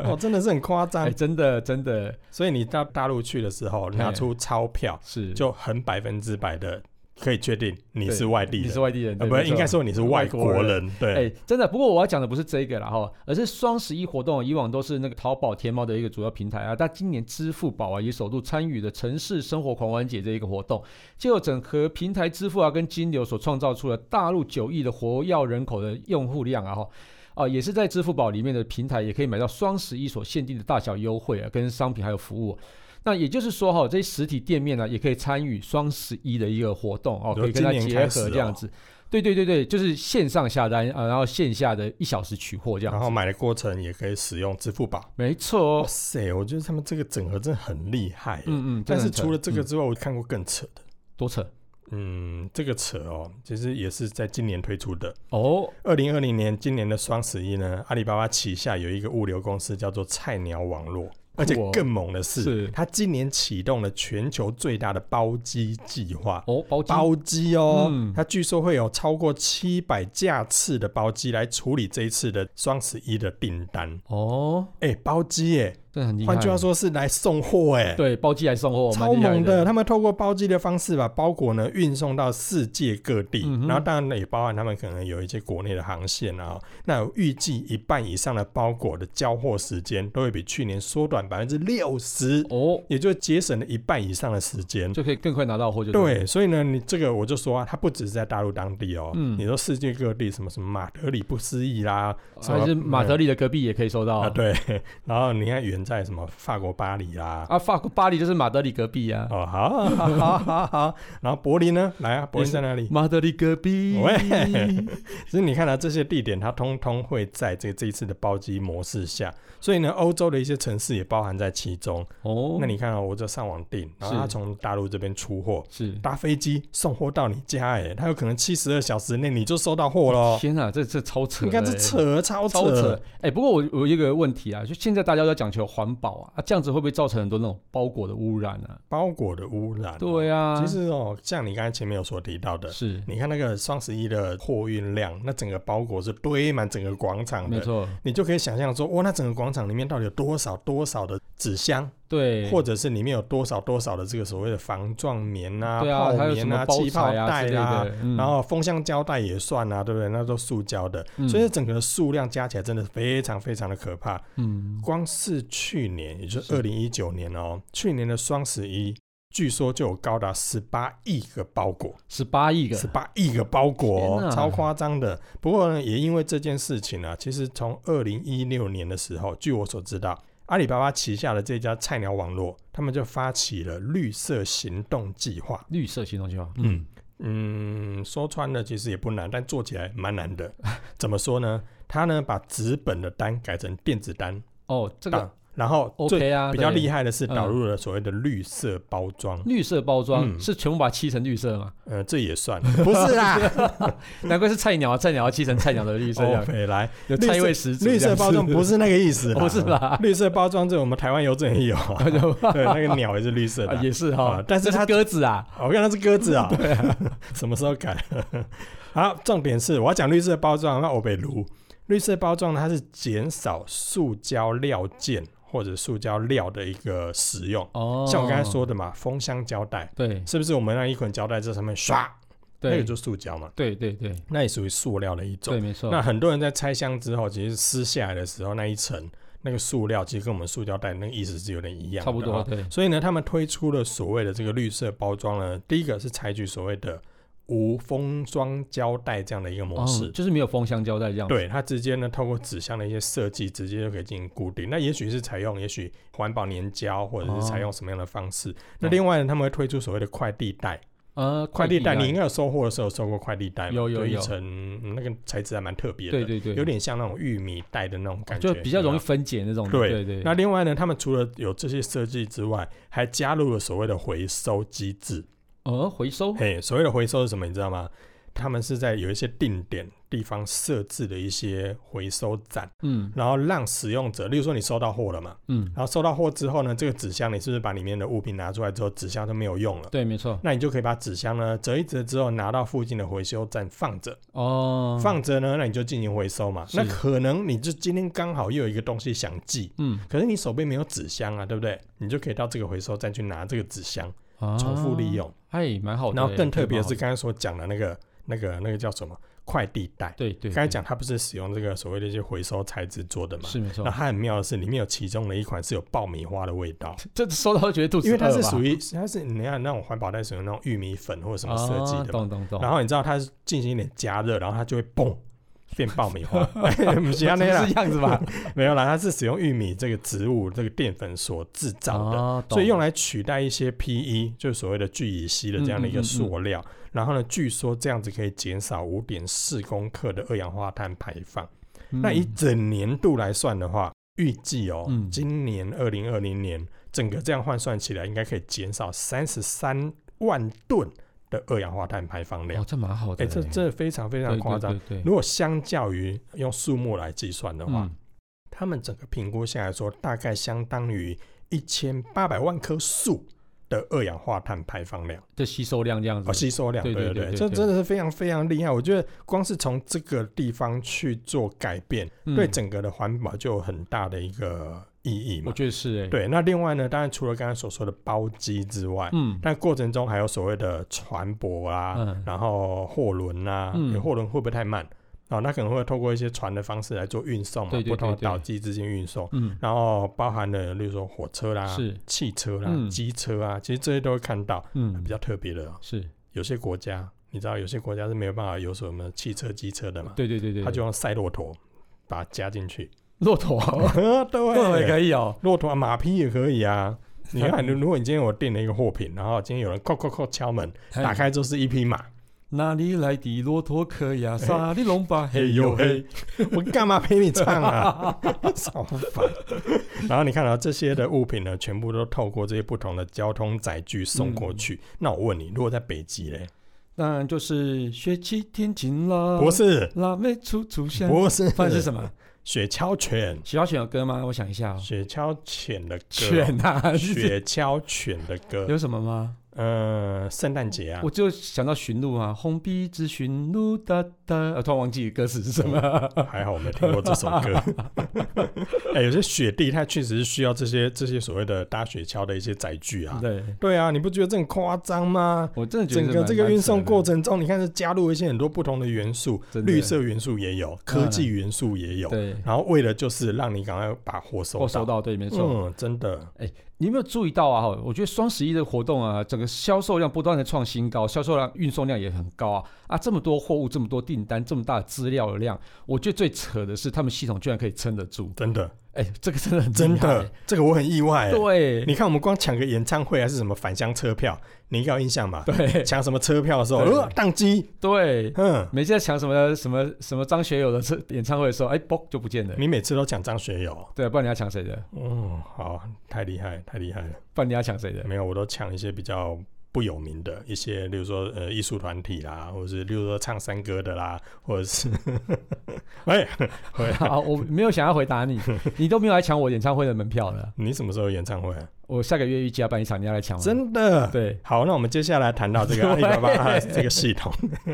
[SPEAKER 2] 哦，真的是很夸
[SPEAKER 1] 哎、
[SPEAKER 2] 张。
[SPEAKER 1] 真的真的
[SPEAKER 2] 所以你到大陆去的时候，
[SPEAKER 1] 嘿
[SPEAKER 2] 拿出钞票
[SPEAKER 1] 是，
[SPEAKER 2] 就很百分之百的可以确定你是外地
[SPEAKER 1] 你
[SPEAKER 2] 人
[SPEAKER 1] 哎是，外地人，
[SPEAKER 2] 啊，
[SPEAKER 1] 对
[SPEAKER 2] 不
[SPEAKER 1] 没
[SPEAKER 2] 是，
[SPEAKER 1] 错
[SPEAKER 2] 应该说你是外国
[SPEAKER 1] 外国
[SPEAKER 2] 人，对。
[SPEAKER 1] 哎、真的，不过我要讲的不是这个啦哈，而是双十一活动以往都是那个淘宝、天猫的一个主要平台啊，但今年支付宝啊也首度参与了城市生活狂欢节这一个活动，就整合平台支付啊跟金流所创造出了大陆九亿的活跃人口的用户量啊哈。啊，也是在支付宝里面的平台，也可以买到双十一所限定的大小优惠啊，跟商品还有服务。那也就是说哈、这些实体店面呢、也可以参与双十一的一个活动哦，可
[SPEAKER 2] 你说
[SPEAKER 1] 以跟它
[SPEAKER 2] 今年
[SPEAKER 1] 结
[SPEAKER 2] 开始
[SPEAKER 1] 合这样
[SPEAKER 2] 哦
[SPEAKER 1] 子。对对对对，就是线上下单啊、呃然后线下的一小时取货这
[SPEAKER 2] 然
[SPEAKER 1] 样
[SPEAKER 2] 后
[SPEAKER 1] 子。
[SPEAKER 2] 买的过程也可以使用支付宝。
[SPEAKER 1] 没
[SPEAKER 2] 哇
[SPEAKER 1] 错，哦
[SPEAKER 2] 塞，我觉得他们这个整合真的很厉害欸。
[SPEAKER 1] 嗯嗯，真
[SPEAKER 2] 但
[SPEAKER 1] 的
[SPEAKER 2] 是
[SPEAKER 1] 很扯
[SPEAKER 2] 除了这个
[SPEAKER 1] 嗯
[SPEAKER 2] 之外，我看过更扯的。
[SPEAKER 1] 多扯
[SPEAKER 2] 嗯，这个扯哦，其实也是在今年推出的。
[SPEAKER 1] 哦，
[SPEAKER 2] 二零二零年今年的双十一呢，阿里巴巴旗下有一个物流公司叫做菜鸟网络，而且更猛的是，
[SPEAKER 1] 是
[SPEAKER 2] 它今年启动了全球最大的包机计划。
[SPEAKER 1] 哦包机
[SPEAKER 2] 包机哦，
[SPEAKER 1] 嗯
[SPEAKER 2] 它据说会有超过七百架次的包机来处理这一次的双十一的订单。
[SPEAKER 1] 哦，
[SPEAKER 2] 哎、包机耶，
[SPEAKER 1] 真的很厉害。
[SPEAKER 2] 换句话，说是来送货哎，
[SPEAKER 1] 对包机来送货，蛮
[SPEAKER 2] 超
[SPEAKER 1] 厉害
[SPEAKER 2] 猛
[SPEAKER 1] 的。
[SPEAKER 2] 的！他们透过包机的方式把包裹呢运送到世界各地，
[SPEAKER 1] 嗯哼
[SPEAKER 2] 然后当然也包含他们可能有一些国内的航线啊。那有预计一半以上的包裹的交货时间都会比去年缩短百分之六十，
[SPEAKER 1] 哦，
[SPEAKER 2] 也就节省了一半以上的时间。
[SPEAKER 1] 就可以更快拿到货就了
[SPEAKER 2] 对，所以呢，你这个我就说啊，它不只是在大陆当地哦，
[SPEAKER 1] 嗯
[SPEAKER 2] 你说世界各地什么什么马德里不思议啦，什么
[SPEAKER 1] 还是马德里的隔壁也可以收到
[SPEAKER 2] 啊对， 然后你看远在什么法国巴黎啦，
[SPEAKER 1] 啊法国巴黎就是马德里隔壁啊，
[SPEAKER 2] 哦，好，好，好，好，好。然后柏林呢？来啊，柏林在哪里？
[SPEAKER 1] 马德里隔壁。
[SPEAKER 2] 喂，其实你看啊，这些地点它通通会在这这一次的包机模式下，所以呢，欧洲的一些城市也包含在其中。
[SPEAKER 1] 哦，
[SPEAKER 2] 那你看啊，我就上网订，然后
[SPEAKER 1] 是嗯
[SPEAKER 2] 他从大陆这边出货，
[SPEAKER 1] 是
[SPEAKER 2] 搭飞机送货到你家、哎，他有可能七十二小时内你就收到货喽。
[SPEAKER 1] 天啊，这这超扯
[SPEAKER 2] 哦你
[SPEAKER 1] 的欸，
[SPEAKER 2] 看这扯，超扯，
[SPEAKER 1] 超扯！哎、不过我我有一个问题啊，就现在大家都讲求环保啊，啊，这样子会不会造成很多那种包裹的污染啊？
[SPEAKER 2] 包裹的污染、
[SPEAKER 1] 对、啊，
[SPEAKER 2] 其实哦，像你刚才前面有所提到的，
[SPEAKER 1] 是
[SPEAKER 2] 你看那个双十一的货运量，那整个包裹是堆满整个广场
[SPEAKER 1] 没
[SPEAKER 2] 的，
[SPEAKER 1] 错，
[SPEAKER 2] 你就可以想象说，哇，那整个广场里面到底有多少多少的纸箱，
[SPEAKER 1] 对，
[SPEAKER 2] 或者是里面有多少多少的这个所谓的防撞棉啊、
[SPEAKER 1] 对啊，还
[SPEAKER 2] 泡
[SPEAKER 1] 有什
[SPEAKER 2] 棉啊、
[SPEAKER 1] 么包
[SPEAKER 2] 气泡
[SPEAKER 1] 材啊
[SPEAKER 2] 袋
[SPEAKER 1] 之类
[SPEAKER 2] 啦、
[SPEAKER 1] 的，嗯
[SPEAKER 2] 然后风向胶带也算啊，对不对？那都塑胶的，
[SPEAKER 1] 嗯
[SPEAKER 2] 所以整个的数量加起来真的非常非常的可怕。
[SPEAKER 1] 嗯，
[SPEAKER 2] 光是去年，也就是
[SPEAKER 1] 是
[SPEAKER 2] 二零一九年哦，去年的双十一，据说就有高达十八亿个包裹。
[SPEAKER 1] 十八亿个
[SPEAKER 2] 十八亿个包裹、
[SPEAKER 1] 天
[SPEAKER 2] 哦
[SPEAKER 1] 哪，
[SPEAKER 2] 超夸张的。不过呢，也因为这件事情啊，其实从二零一六年的时候，据我所知道，阿里巴巴旗下的这家菜鸟网络，他们就发起了绿色行动计划。
[SPEAKER 1] 绿色行动计划，嗯
[SPEAKER 2] 嗯嗯，说穿了其实也不难，但做起来蛮难 的。怎么说呢？他呢把纸本的单改成电子单，
[SPEAKER 1] 哦，这个
[SPEAKER 2] 啊然后最
[SPEAKER 1] OK 啊，
[SPEAKER 2] 比较
[SPEAKER 1] 对
[SPEAKER 2] 厉害的是
[SPEAKER 1] 嗯
[SPEAKER 2] 导入了所谓的绿色包装，
[SPEAKER 1] 绿色包装、
[SPEAKER 2] 嗯
[SPEAKER 1] 是全部把它漆成绿色嘛？
[SPEAKER 2] 呃，这也 算不是啦。
[SPEAKER 1] 难怪是菜鸟啊，菜鸟要漆成菜鸟的绿色这样，
[SPEAKER 2] OK，来，
[SPEAKER 1] 有
[SPEAKER 2] 哦绿色
[SPEAKER 1] 菜味十足。
[SPEAKER 2] 绿色包装不
[SPEAKER 1] 是，
[SPEAKER 2] 是那个意思啦，
[SPEAKER 1] 不是吧？
[SPEAKER 2] 绿色包装这我们台湾邮政也 有、啊， 对，那个鸟也是绿色 的
[SPEAKER 1] 啊
[SPEAKER 2] 啊、
[SPEAKER 1] 也是哈
[SPEAKER 2] 啊，但是
[SPEAKER 1] 这
[SPEAKER 2] 它
[SPEAKER 1] 鸽子啊，
[SPEAKER 2] 我看它是鸽子 啊， 什么时候改？ 好，重点是我要讲绿色包装，那欧北卢绿色包装呢它是减少塑胶料件或者塑胶料的一个使用，
[SPEAKER 1] 哦，
[SPEAKER 2] 像我刚才，说的嘛，封箱胶带。
[SPEAKER 1] 对，
[SPEAKER 2] 是不是我们让一捆胶带在上面刷那个
[SPEAKER 1] 对
[SPEAKER 2] 就是塑胶嘛，
[SPEAKER 1] 对对对
[SPEAKER 2] 那也属于塑料的一种
[SPEAKER 1] 对，。没错。
[SPEAKER 2] 那很多人在拆箱之后，其实撕下来的时候那一层那个塑料，其实跟我们塑胶袋那个意思是有点一样的，
[SPEAKER 1] 差不多
[SPEAKER 2] 哦。
[SPEAKER 1] 对
[SPEAKER 2] 所以呢，他们推出了所谓的这个绿色包装呢，第一个是采取所谓的无封装胶带这样的一个模式。
[SPEAKER 1] 哦就是没有封箱胶带这样子。
[SPEAKER 2] 对它直接呢，透过纸箱的一些设计，直接就可以进行固定。那也许是采用，也许环保粘胶，或者是
[SPEAKER 1] 哦
[SPEAKER 2] 采用什么样的方式。那另外呢，他们会推出所谓的快递袋。
[SPEAKER 1] 呃，
[SPEAKER 2] 快递袋，你应
[SPEAKER 1] 该
[SPEAKER 2] 该有收货的时候有收过快递袋嘛？
[SPEAKER 1] 有有
[SPEAKER 2] 就一
[SPEAKER 1] 有
[SPEAKER 2] 层、嗯那个材质还蛮特别的。
[SPEAKER 1] 对对对，哦
[SPEAKER 2] 有点像那种玉米袋的那种感觉，
[SPEAKER 1] 就比较容易
[SPEAKER 2] 有没有。
[SPEAKER 1] 分解那种。
[SPEAKER 2] 对
[SPEAKER 1] 对对，
[SPEAKER 2] 那另外呢，他们除了有这些设计之外，还加入了所谓的回收机制。
[SPEAKER 1] 呃回收
[SPEAKER 2] 嘿，所谓的回收是什么？你知道吗？他们是在有一些定点地方设置的一些回收站，
[SPEAKER 1] 嗯
[SPEAKER 2] 然后让使用者，例如说你收到货了嘛，
[SPEAKER 1] 嗯，
[SPEAKER 2] 然后收到货之后呢，这个纸箱你是不是把里面的物品拿出来之后，纸箱就没有用了？
[SPEAKER 1] 对，没错。
[SPEAKER 2] 那你就可以把纸箱呢折一折之后，拿到附近的回收站放着。
[SPEAKER 1] 哦，
[SPEAKER 2] 放着呢，那你就进行回收嘛。
[SPEAKER 1] 是
[SPEAKER 2] 那可能你就今天刚好又有一个东西想寄，
[SPEAKER 1] 嗯，
[SPEAKER 2] 可是你手边没有纸箱啊，对不对？你就可以到这个回收站去拿这个纸箱，
[SPEAKER 1] 啊
[SPEAKER 2] 重复利，用。
[SPEAKER 1] 哎，蛮好的耶。
[SPEAKER 2] 然后更特别
[SPEAKER 1] 这
[SPEAKER 2] 是
[SPEAKER 1] 个
[SPEAKER 2] 刚才所讲的那个、那个、那个叫什么快递袋
[SPEAKER 1] 蛮好的，。对对，
[SPEAKER 2] 刚才讲它不是使用这个所谓的一些回收材质做的
[SPEAKER 1] 对
[SPEAKER 2] 嘛？
[SPEAKER 1] 是没哦错
[SPEAKER 2] 那。它很妙的是，里面有其中的一款是有爆米花的味道，
[SPEAKER 1] 这收到就觉得肚子
[SPEAKER 2] 因为它是
[SPEAKER 1] 饿吧
[SPEAKER 2] 属于它是你看那种环保袋属于那种玉米粉或者什么设计
[SPEAKER 1] 啊
[SPEAKER 2] 的嘛，
[SPEAKER 1] 懂懂懂。
[SPEAKER 2] 然后你知道它是进行一点加热，然后它就会嘣变爆 米花， 不是那
[SPEAKER 1] 是
[SPEAKER 2] 样
[SPEAKER 1] 这
[SPEAKER 2] 啦，
[SPEAKER 1] 样子 吧？
[SPEAKER 2] 没有啦，它是使用玉米这个植物这个淀粉所制造的。
[SPEAKER 1] 的
[SPEAKER 2] 所以用
[SPEAKER 1] 来
[SPEAKER 2] 来取代一些 PE，就是所谓的聚乙烯的这样的一
[SPEAKER 1] 嗯嗯
[SPEAKER 2] 个
[SPEAKER 1] 嗯嗯
[SPEAKER 2] 塑料。然后呢，据说这样子可以减少五点四公克的二氧化碳排放。
[SPEAKER 1] 嗯
[SPEAKER 2] 那以整年度来算的话，预计哦，
[SPEAKER 1] 嗯
[SPEAKER 2] 今年二零二零年整个这样换算起来，应该可以减少三十三万吨的二氧化碳排放量
[SPEAKER 1] 哦，。这蛮好的
[SPEAKER 2] 哎、
[SPEAKER 1] 耶，
[SPEAKER 2] 这这非常非
[SPEAKER 1] 非
[SPEAKER 2] 常夸张。，
[SPEAKER 1] 对对
[SPEAKER 2] 如果相较于用数目来计算的话，
[SPEAKER 1] 嗯
[SPEAKER 2] 他们整个评估下来说，大概相当于一千八百万棵树的二氧化碳排放量，
[SPEAKER 1] 这吸收量这样子
[SPEAKER 2] 哦，，吸收量，
[SPEAKER 1] 嗯对对
[SPEAKER 2] 对
[SPEAKER 1] 对
[SPEAKER 2] 这
[SPEAKER 1] 对
[SPEAKER 2] 真的是非常非常厉害。我觉得光是从这个地方去做改变，
[SPEAKER 1] 嗯
[SPEAKER 2] 对整个的环保就有很大的一个意义
[SPEAKER 1] 我
[SPEAKER 2] 嘛。
[SPEAKER 1] 觉得是哎，，
[SPEAKER 2] 对，那另外呢，当然除了刚才所说的包机之外，
[SPEAKER 1] 嗯
[SPEAKER 2] 但过程中还有所谓的船舶啊，
[SPEAKER 1] 嗯
[SPEAKER 2] 然后货轮啊，
[SPEAKER 1] 嗯
[SPEAKER 2] 诶货轮会不会太慢？哦，那可能会透过一些船的方式来做运送嘛，
[SPEAKER 1] 对对
[SPEAKER 2] 不同的
[SPEAKER 1] 对对
[SPEAKER 2] 岛际之间运送，
[SPEAKER 1] 嗯
[SPEAKER 2] 然后包含了例如说火车啦、
[SPEAKER 1] 是
[SPEAKER 2] 汽车啦、
[SPEAKER 1] 嗯
[SPEAKER 2] 机车啊，其实这些都会看到。
[SPEAKER 1] 嗯
[SPEAKER 2] 比啊较特别的哦，
[SPEAKER 1] 是，
[SPEAKER 2] 有些国家你知道，有些国家是没有办法有什么汽车、机车的嘛，
[SPEAKER 1] 对对对对，
[SPEAKER 2] 他就用赛骆驼把它加进去。
[SPEAKER 1] 骆驼，
[SPEAKER 2] 对，
[SPEAKER 1] 可以哦，
[SPEAKER 2] 骆驼、啊、马匹也可以 啊。你看，如如果你今天我订了一个货品，然后今天有人叩叩叩敲门，
[SPEAKER 1] 哎
[SPEAKER 2] 打开就是一匹马，
[SPEAKER 1] 哪里来的骆驼壳呀？沙里龙吧，
[SPEAKER 2] 嘿呦嘿， 我干嘛陪你唱 啊？超烦。然后你看到、啊这些的物品呢，全部都透过这些不同的交通载具送过去。
[SPEAKER 1] 嗯
[SPEAKER 2] 那我问你，如果在北极嘞？
[SPEAKER 1] 那就是雪气天晴啦，
[SPEAKER 2] 不是，
[SPEAKER 1] 辣妹处处香，
[SPEAKER 2] 不是，
[SPEAKER 1] 饭是什么？
[SPEAKER 2] 雪橇犬，
[SPEAKER 1] 喜欢选的歌吗？我想一下哦，
[SPEAKER 2] 雪橇犬的歌，
[SPEAKER 1] 犬啊，是
[SPEAKER 2] 雪橇犬的歌。
[SPEAKER 1] 有什么吗？
[SPEAKER 2] 呃，圣诞节啊
[SPEAKER 1] 我，就想到寻路啊，红鼻子寻路哒哒，啊，突然忘记歌词是什么。
[SPEAKER 2] 还好我没听过这首歌。 哎、有些雪地它确实是需要这些这些所谓的搭雪橇的一些载具啊。
[SPEAKER 1] 对，
[SPEAKER 2] 对啊，你不觉得这很夸张吗？
[SPEAKER 1] 我真的觉
[SPEAKER 2] 整
[SPEAKER 1] 得
[SPEAKER 2] 个这个运送过
[SPEAKER 1] 程，
[SPEAKER 2] 程中，你看是加入一些很多不同的元素，
[SPEAKER 1] 真的
[SPEAKER 2] 绿色元素也有，科技元素也有，
[SPEAKER 1] 嗯对，
[SPEAKER 2] 然后为了就是让你赶快把货收到。
[SPEAKER 1] 我收到，对，没错。
[SPEAKER 2] 嗯，真的，
[SPEAKER 1] 你有没有注意到啊？哈，我觉得双十一的活动啊，整个销售量不断的创新高，销售量、运送量也很高啊啊！这么多货物，这么多订单，这么大的资料量，我觉得最扯的是他们系统居然可以撑得住。
[SPEAKER 2] 真的，
[SPEAKER 1] 哎、这个真的很
[SPEAKER 2] 真
[SPEAKER 1] 厉害
[SPEAKER 2] 的，这个我很意外欸。
[SPEAKER 1] 对啊
[SPEAKER 2] 你看，我们光抢个演唱会还是什么返乡车票，你应该有印象吧？
[SPEAKER 1] 对
[SPEAKER 2] 抢什么车票的时候，
[SPEAKER 1] 对
[SPEAKER 2] 呃，宕机，
[SPEAKER 1] 对，
[SPEAKER 2] 嗯，
[SPEAKER 1] 每次在抢什么什么什么张学友的这演唱会的时候，哎、嘣就不见了。
[SPEAKER 2] 你每次都抢张学友，
[SPEAKER 1] 对，不然你要抢谁的？
[SPEAKER 2] 嗯，好，太厉害，太厉害了。
[SPEAKER 1] 不然你要抢谁的？
[SPEAKER 2] 没有，我都抢一些比较不有名的一些，例如说呃艺术团体啦，或者是例如说唱山歌的啦， 或者是，喂， 回来，
[SPEAKER 1] 好，我没有想要回答 你，你都没有来抢我演唱会的门票了。
[SPEAKER 2] 你什么时候有演唱会、啊？
[SPEAKER 1] 我下个月预计要办一场，你要来抢吗？
[SPEAKER 2] 真的。
[SPEAKER 1] 对，
[SPEAKER 2] 哦好，那我们接下来谈到 这个阿里巴巴这个系统。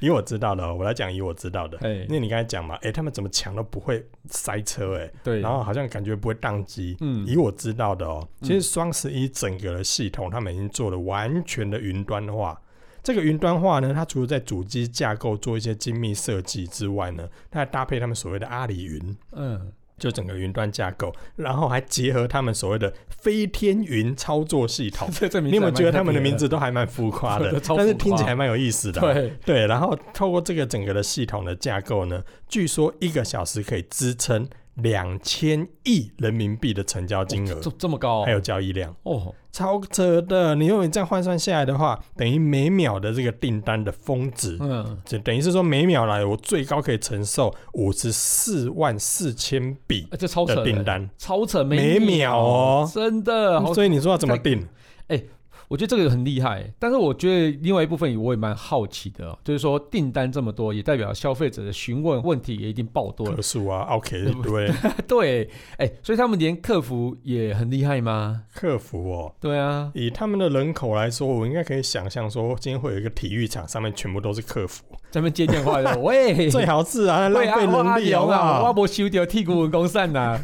[SPEAKER 2] 以我知道的哦，我来讲以我知道的。
[SPEAKER 1] 哎
[SPEAKER 2] 因，为你刚才讲嘛，哎、他们怎么抢都不会塞车、哎，
[SPEAKER 1] 对，
[SPEAKER 2] 然后好像感觉不会宕机。
[SPEAKER 1] 嗯
[SPEAKER 2] 以我知道的哦，
[SPEAKER 1] 嗯
[SPEAKER 2] 其实双十一整个的系统，他们已经做了完全的云端化。这个云端化呢，它除了在主机架构做一些精密设计之外呢，它还搭配他们所谓的阿里云，
[SPEAKER 1] 嗯，
[SPEAKER 2] 就整个云端架构，然后还结合他们所谓的飞天云操作
[SPEAKER 1] 。
[SPEAKER 2] 系统
[SPEAKER 1] 这这名字
[SPEAKER 2] 你有
[SPEAKER 1] 还
[SPEAKER 2] 没有
[SPEAKER 1] 蛮
[SPEAKER 2] 觉得
[SPEAKER 1] 特
[SPEAKER 2] 他们的
[SPEAKER 1] 别
[SPEAKER 2] 名字都还蛮浮夸的
[SPEAKER 1] 对超，浮
[SPEAKER 2] 但是听起
[SPEAKER 1] 夸
[SPEAKER 2] 来蛮有意思的啊、
[SPEAKER 1] 对
[SPEAKER 2] 对，然后透过这个整个的系统的架构呢，据说一个小时可以支撑两千亿人民币的成交金额，
[SPEAKER 1] 这这么高哦
[SPEAKER 2] 还有交易量，
[SPEAKER 1] 哦，
[SPEAKER 2] 超扯的！你如果你这样换算下来的话，等于每秒的这个订单的峰值，
[SPEAKER 1] 嗯，
[SPEAKER 2] 这等于是说每秒来我最高可以承受五十四万四千笔
[SPEAKER 1] 哎这超扯
[SPEAKER 2] 的
[SPEAKER 1] 的
[SPEAKER 2] 订，单，
[SPEAKER 1] 超扯
[SPEAKER 2] 每秒哦
[SPEAKER 1] 真的好
[SPEAKER 2] 所以你说要怎么定？
[SPEAKER 1] 我觉得这个很厉害，但是我觉得另外一部分我也蛮好奇的哦，就是说订单这么多，也代表消费者的询问问题也一定爆多了
[SPEAKER 2] 克。数啊，OK，对不对，
[SPEAKER 1] 对，哎、所以他们连客服也很厉害吗？
[SPEAKER 2] 客服哦。
[SPEAKER 1] 对啊，
[SPEAKER 2] 以他们的人口来说，我应该可以想象说，今天会有一个体育场，上面全部都是客 服，
[SPEAKER 1] 咱们接电话的，喂，
[SPEAKER 2] 最好是啊，浪
[SPEAKER 1] 喂啊
[SPEAKER 2] 费
[SPEAKER 1] 我
[SPEAKER 2] 人
[SPEAKER 1] 阿
[SPEAKER 2] 力
[SPEAKER 1] 勇
[SPEAKER 2] 好不
[SPEAKER 1] 啊，我
[SPEAKER 2] 好？
[SPEAKER 1] 无收到剔骨文公扇呐，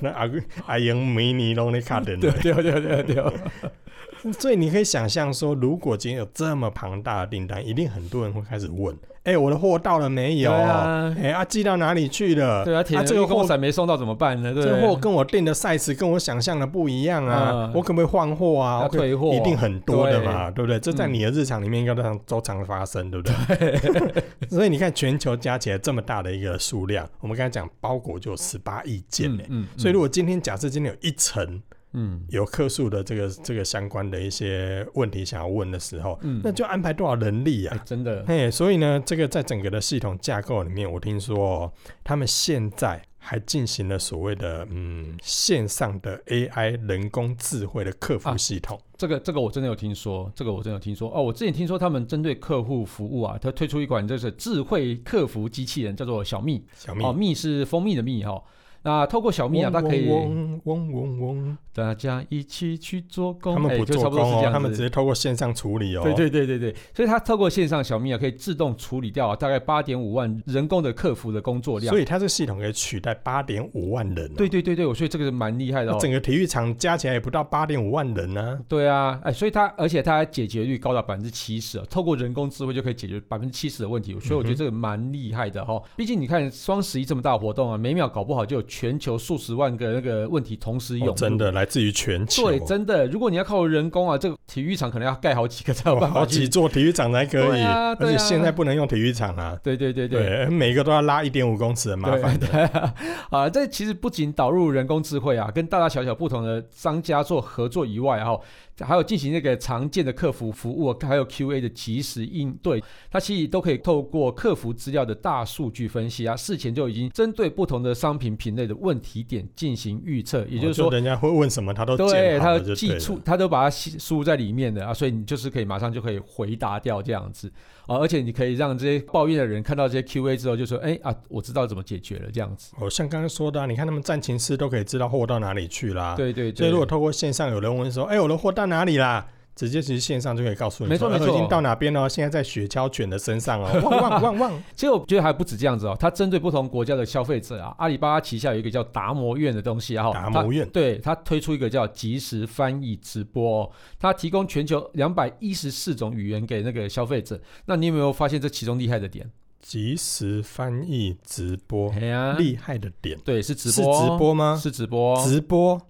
[SPEAKER 2] 那阿阿英迷你拢在卡 点
[SPEAKER 1] 对对对对对，
[SPEAKER 2] 所以你可以想象说，如果今天有这么庞大的订单，一定很多人会开始问：哎、我的货到了没有？
[SPEAKER 1] 对
[SPEAKER 2] 哎、
[SPEAKER 1] 啊
[SPEAKER 2] 啊，寄到哪里去 了？
[SPEAKER 1] 对啊，铁
[SPEAKER 2] 啊，
[SPEAKER 1] 人
[SPEAKER 2] 这个
[SPEAKER 1] 运动
[SPEAKER 2] 货
[SPEAKER 1] 伞没送到怎么办呢？对
[SPEAKER 2] 这
[SPEAKER 1] 不对，
[SPEAKER 2] 个货跟我订的 size 跟我想象的不一样啊，
[SPEAKER 1] 嗯
[SPEAKER 2] 我可不可以换货啊？
[SPEAKER 1] 要
[SPEAKER 2] 我可以
[SPEAKER 1] 退货
[SPEAKER 2] 一定很多的
[SPEAKER 1] 对
[SPEAKER 2] 嘛，对不对？这在你的日常里面应该都常都常发生，对不对？
[SPEAKER 1] 嗯
[SPEAKER 2] 所以你看，全球加起来这么大的一个数量，我们刚才讲包裹就有十八亿件呢、
[SPEAKER 1] 嗯，嗯
[SPEAKER 2] 所以如果今天假设今天有一层
[SPEAKER 1] 嗯
[SPEAKER 2] 有客诉的这个这个相关的一些问题想要问的时候，
[SPEAKER 1] 嗯，
[SPEAKER 2] 那就安排多少人力
[SPEAKER 1] 哎
[SPEAKER 2] 啊？
[SPEAKER 1] 真的，
[SPEAKER 2] 嘿，所以呢，这个在整个的系统架构里面，我听说、哦、他们现在还进行了所谓的嗯线上的 AI 人工智慧的客服
[SPEAKER 1] 啊
[SPEAKER 2] 系统。
[SPEAKER 1] 这个这个我真的有听说，这个我真的有听说哦。我之前听说他们针对客户服务啊，他推出一款就是智慧客服机器人，叫做小蜜
[SPEAKER 2] 小蜜，
[SPEAKER 1] 哦，蜜是蜂蜜的蜜哈、哦。那透过小蜜啊，它可以
[SPEAKER 2] 嗡嗡嗡嗡嗡，
[SPEAKER 1] 大家一起去做工，
[SPEAKER 2] 他们
[SPEAKER 1] 哎
[SPEAKER 2] 不
[SPEAKER 1] 就
[SPEAKER 2] 做
[SPEAKER 1] 差不多是这
[SPEAKER 2] 工哦，
[SPEAKER 1] 样
[SPEAKER 2] 他们
[SPEAKER 1] 子
[SPEAKER 2] 直接透过线上处理哦。
[SPEAKER 1] 对对对对对，所以它透过线上小蜜啊，可以自动处理掉、啊、大概八点五万人工的客服的工作量
[SPEAKER 2] 所。以它这个系统可以取代八点五万人、哦。
[SPEAKER 1] 对对对对，我所以这个是蛮厉害的、
[SPEAKER 2] 那
[SPEAKER 1] 哦。
[SPEAKER 2] 整个体育场加起来也不到八点五万人呢、
[SPEAKER 1] 对啊，哎，所以它而且它解决率高达百分之七十，啊透过人工智慧就可以解决百分之七十的问题，所以我觉
[SPEAKER 2] 嗯
[SPEAKER 1] 得这个蛮厉害的哈、毕竟你看双十一这么大的活动啊，每秒搞不好就有全球数十万个那个问题同时涌入、
[SPEAKER 2] 哦真。的哦来自于全球，
[SPEAKER 1] 对，真的，如果你要靠人工啊，这个体育场可能要盖好几个才有
[SPEAKER 2] 哇
[SPEAKER 1] 办法
[SPEAKER 2] 好
[SPEAKER 1] 去
[SPEAKER 2] 几。座体育场才可以，
[SPEAKER 1] 对啊
[SPEAKER 2] 而
[SPEAKER 1] 对啊
[SPEAKER 2] 且现在不能用体育场啊。
[SPEAKER 1] 对对对对，
[SPEAKER 2] 对，每一个都要拉一点五公尺，很麻烦的。
[SPEAKER 1] 对啊，这其实不仅导入人工智慧啊，跟大大小小不同的商家做合作以外、啊，哈，还有进行那个常见的客服服务啊，还有 QA 的及时应对，它其实都可以透过客服资料的大数据分析啊，事前就已经针对不同的商品品类的问题点进行预测， 也就是
[SPEAKER 2] 哦
[SPEAKER 1] 说。
[SPEAKER 2] 人家会问什么，他都
[SPEAKER 1] 对，
[SPEAKER 2] 建好
[SPEAKER 1] 它
[SPEAKER 2] 了
[SPEAKER 1] 有
[SPEAKER 2] 就
[SPEAKER 1] 记
[SPEAKER 2] 对
[SPEAKER 1] 住
[SPEAKER 2] 了。，
[SPEAKER 1] 它都把它吸输入在里面的啊，所以你就是可以马上就可以回答掉这样子啊，而且你可以让这些抱怨的人看到这些 Q&A 之后就说，哎啊，我知道怎么解决了这样子。
[SPEAKER 2] 哦，像刚刚说的啊、你看他们战情师都可以知道货到哪里去啦。，
[SPEAKER 1] 对对对，
[SPEAKER 2] 啊所以如果透过线上有人问说，哎、我的货到哪里啦？直接其实线上就可以告诉你说，
[SPEAKER 1] 没错
[SPEAKER 2] 哎
[SPEAKER 1] 没错
[SPEAKER 2] 已经到哪边了，现在在雪橇犬的 身上哦，汪汪汪汪。
[SPEAKER 1] 其实我觉得还不止这样子哦，它针对不同国家的消费者啊，阿里巴巴旗下有一个叫达摩院的东西啊，哈
[SPEAKER 2] 达摩院
[SPEAKER 1] 它对它推出一个叫即时翻译直播、哦，它提供全球两百一十四种语言给那个消费者。那你有没有发现这其中厉害的点？
[SPEAKER 2] 即时翻译直播，
[SPEAKER 1] 哎呀，
[SPEAKER 2] 哦厉害的点
[SPEAKER 1] 对是直
[SPEAKER 2] 是
[SPEAKER 1] 播，哦
[SPEAKER 2] 直播吗？
[SPEAKER 1] 是直播，哦
[SPEAKER 2] 直播，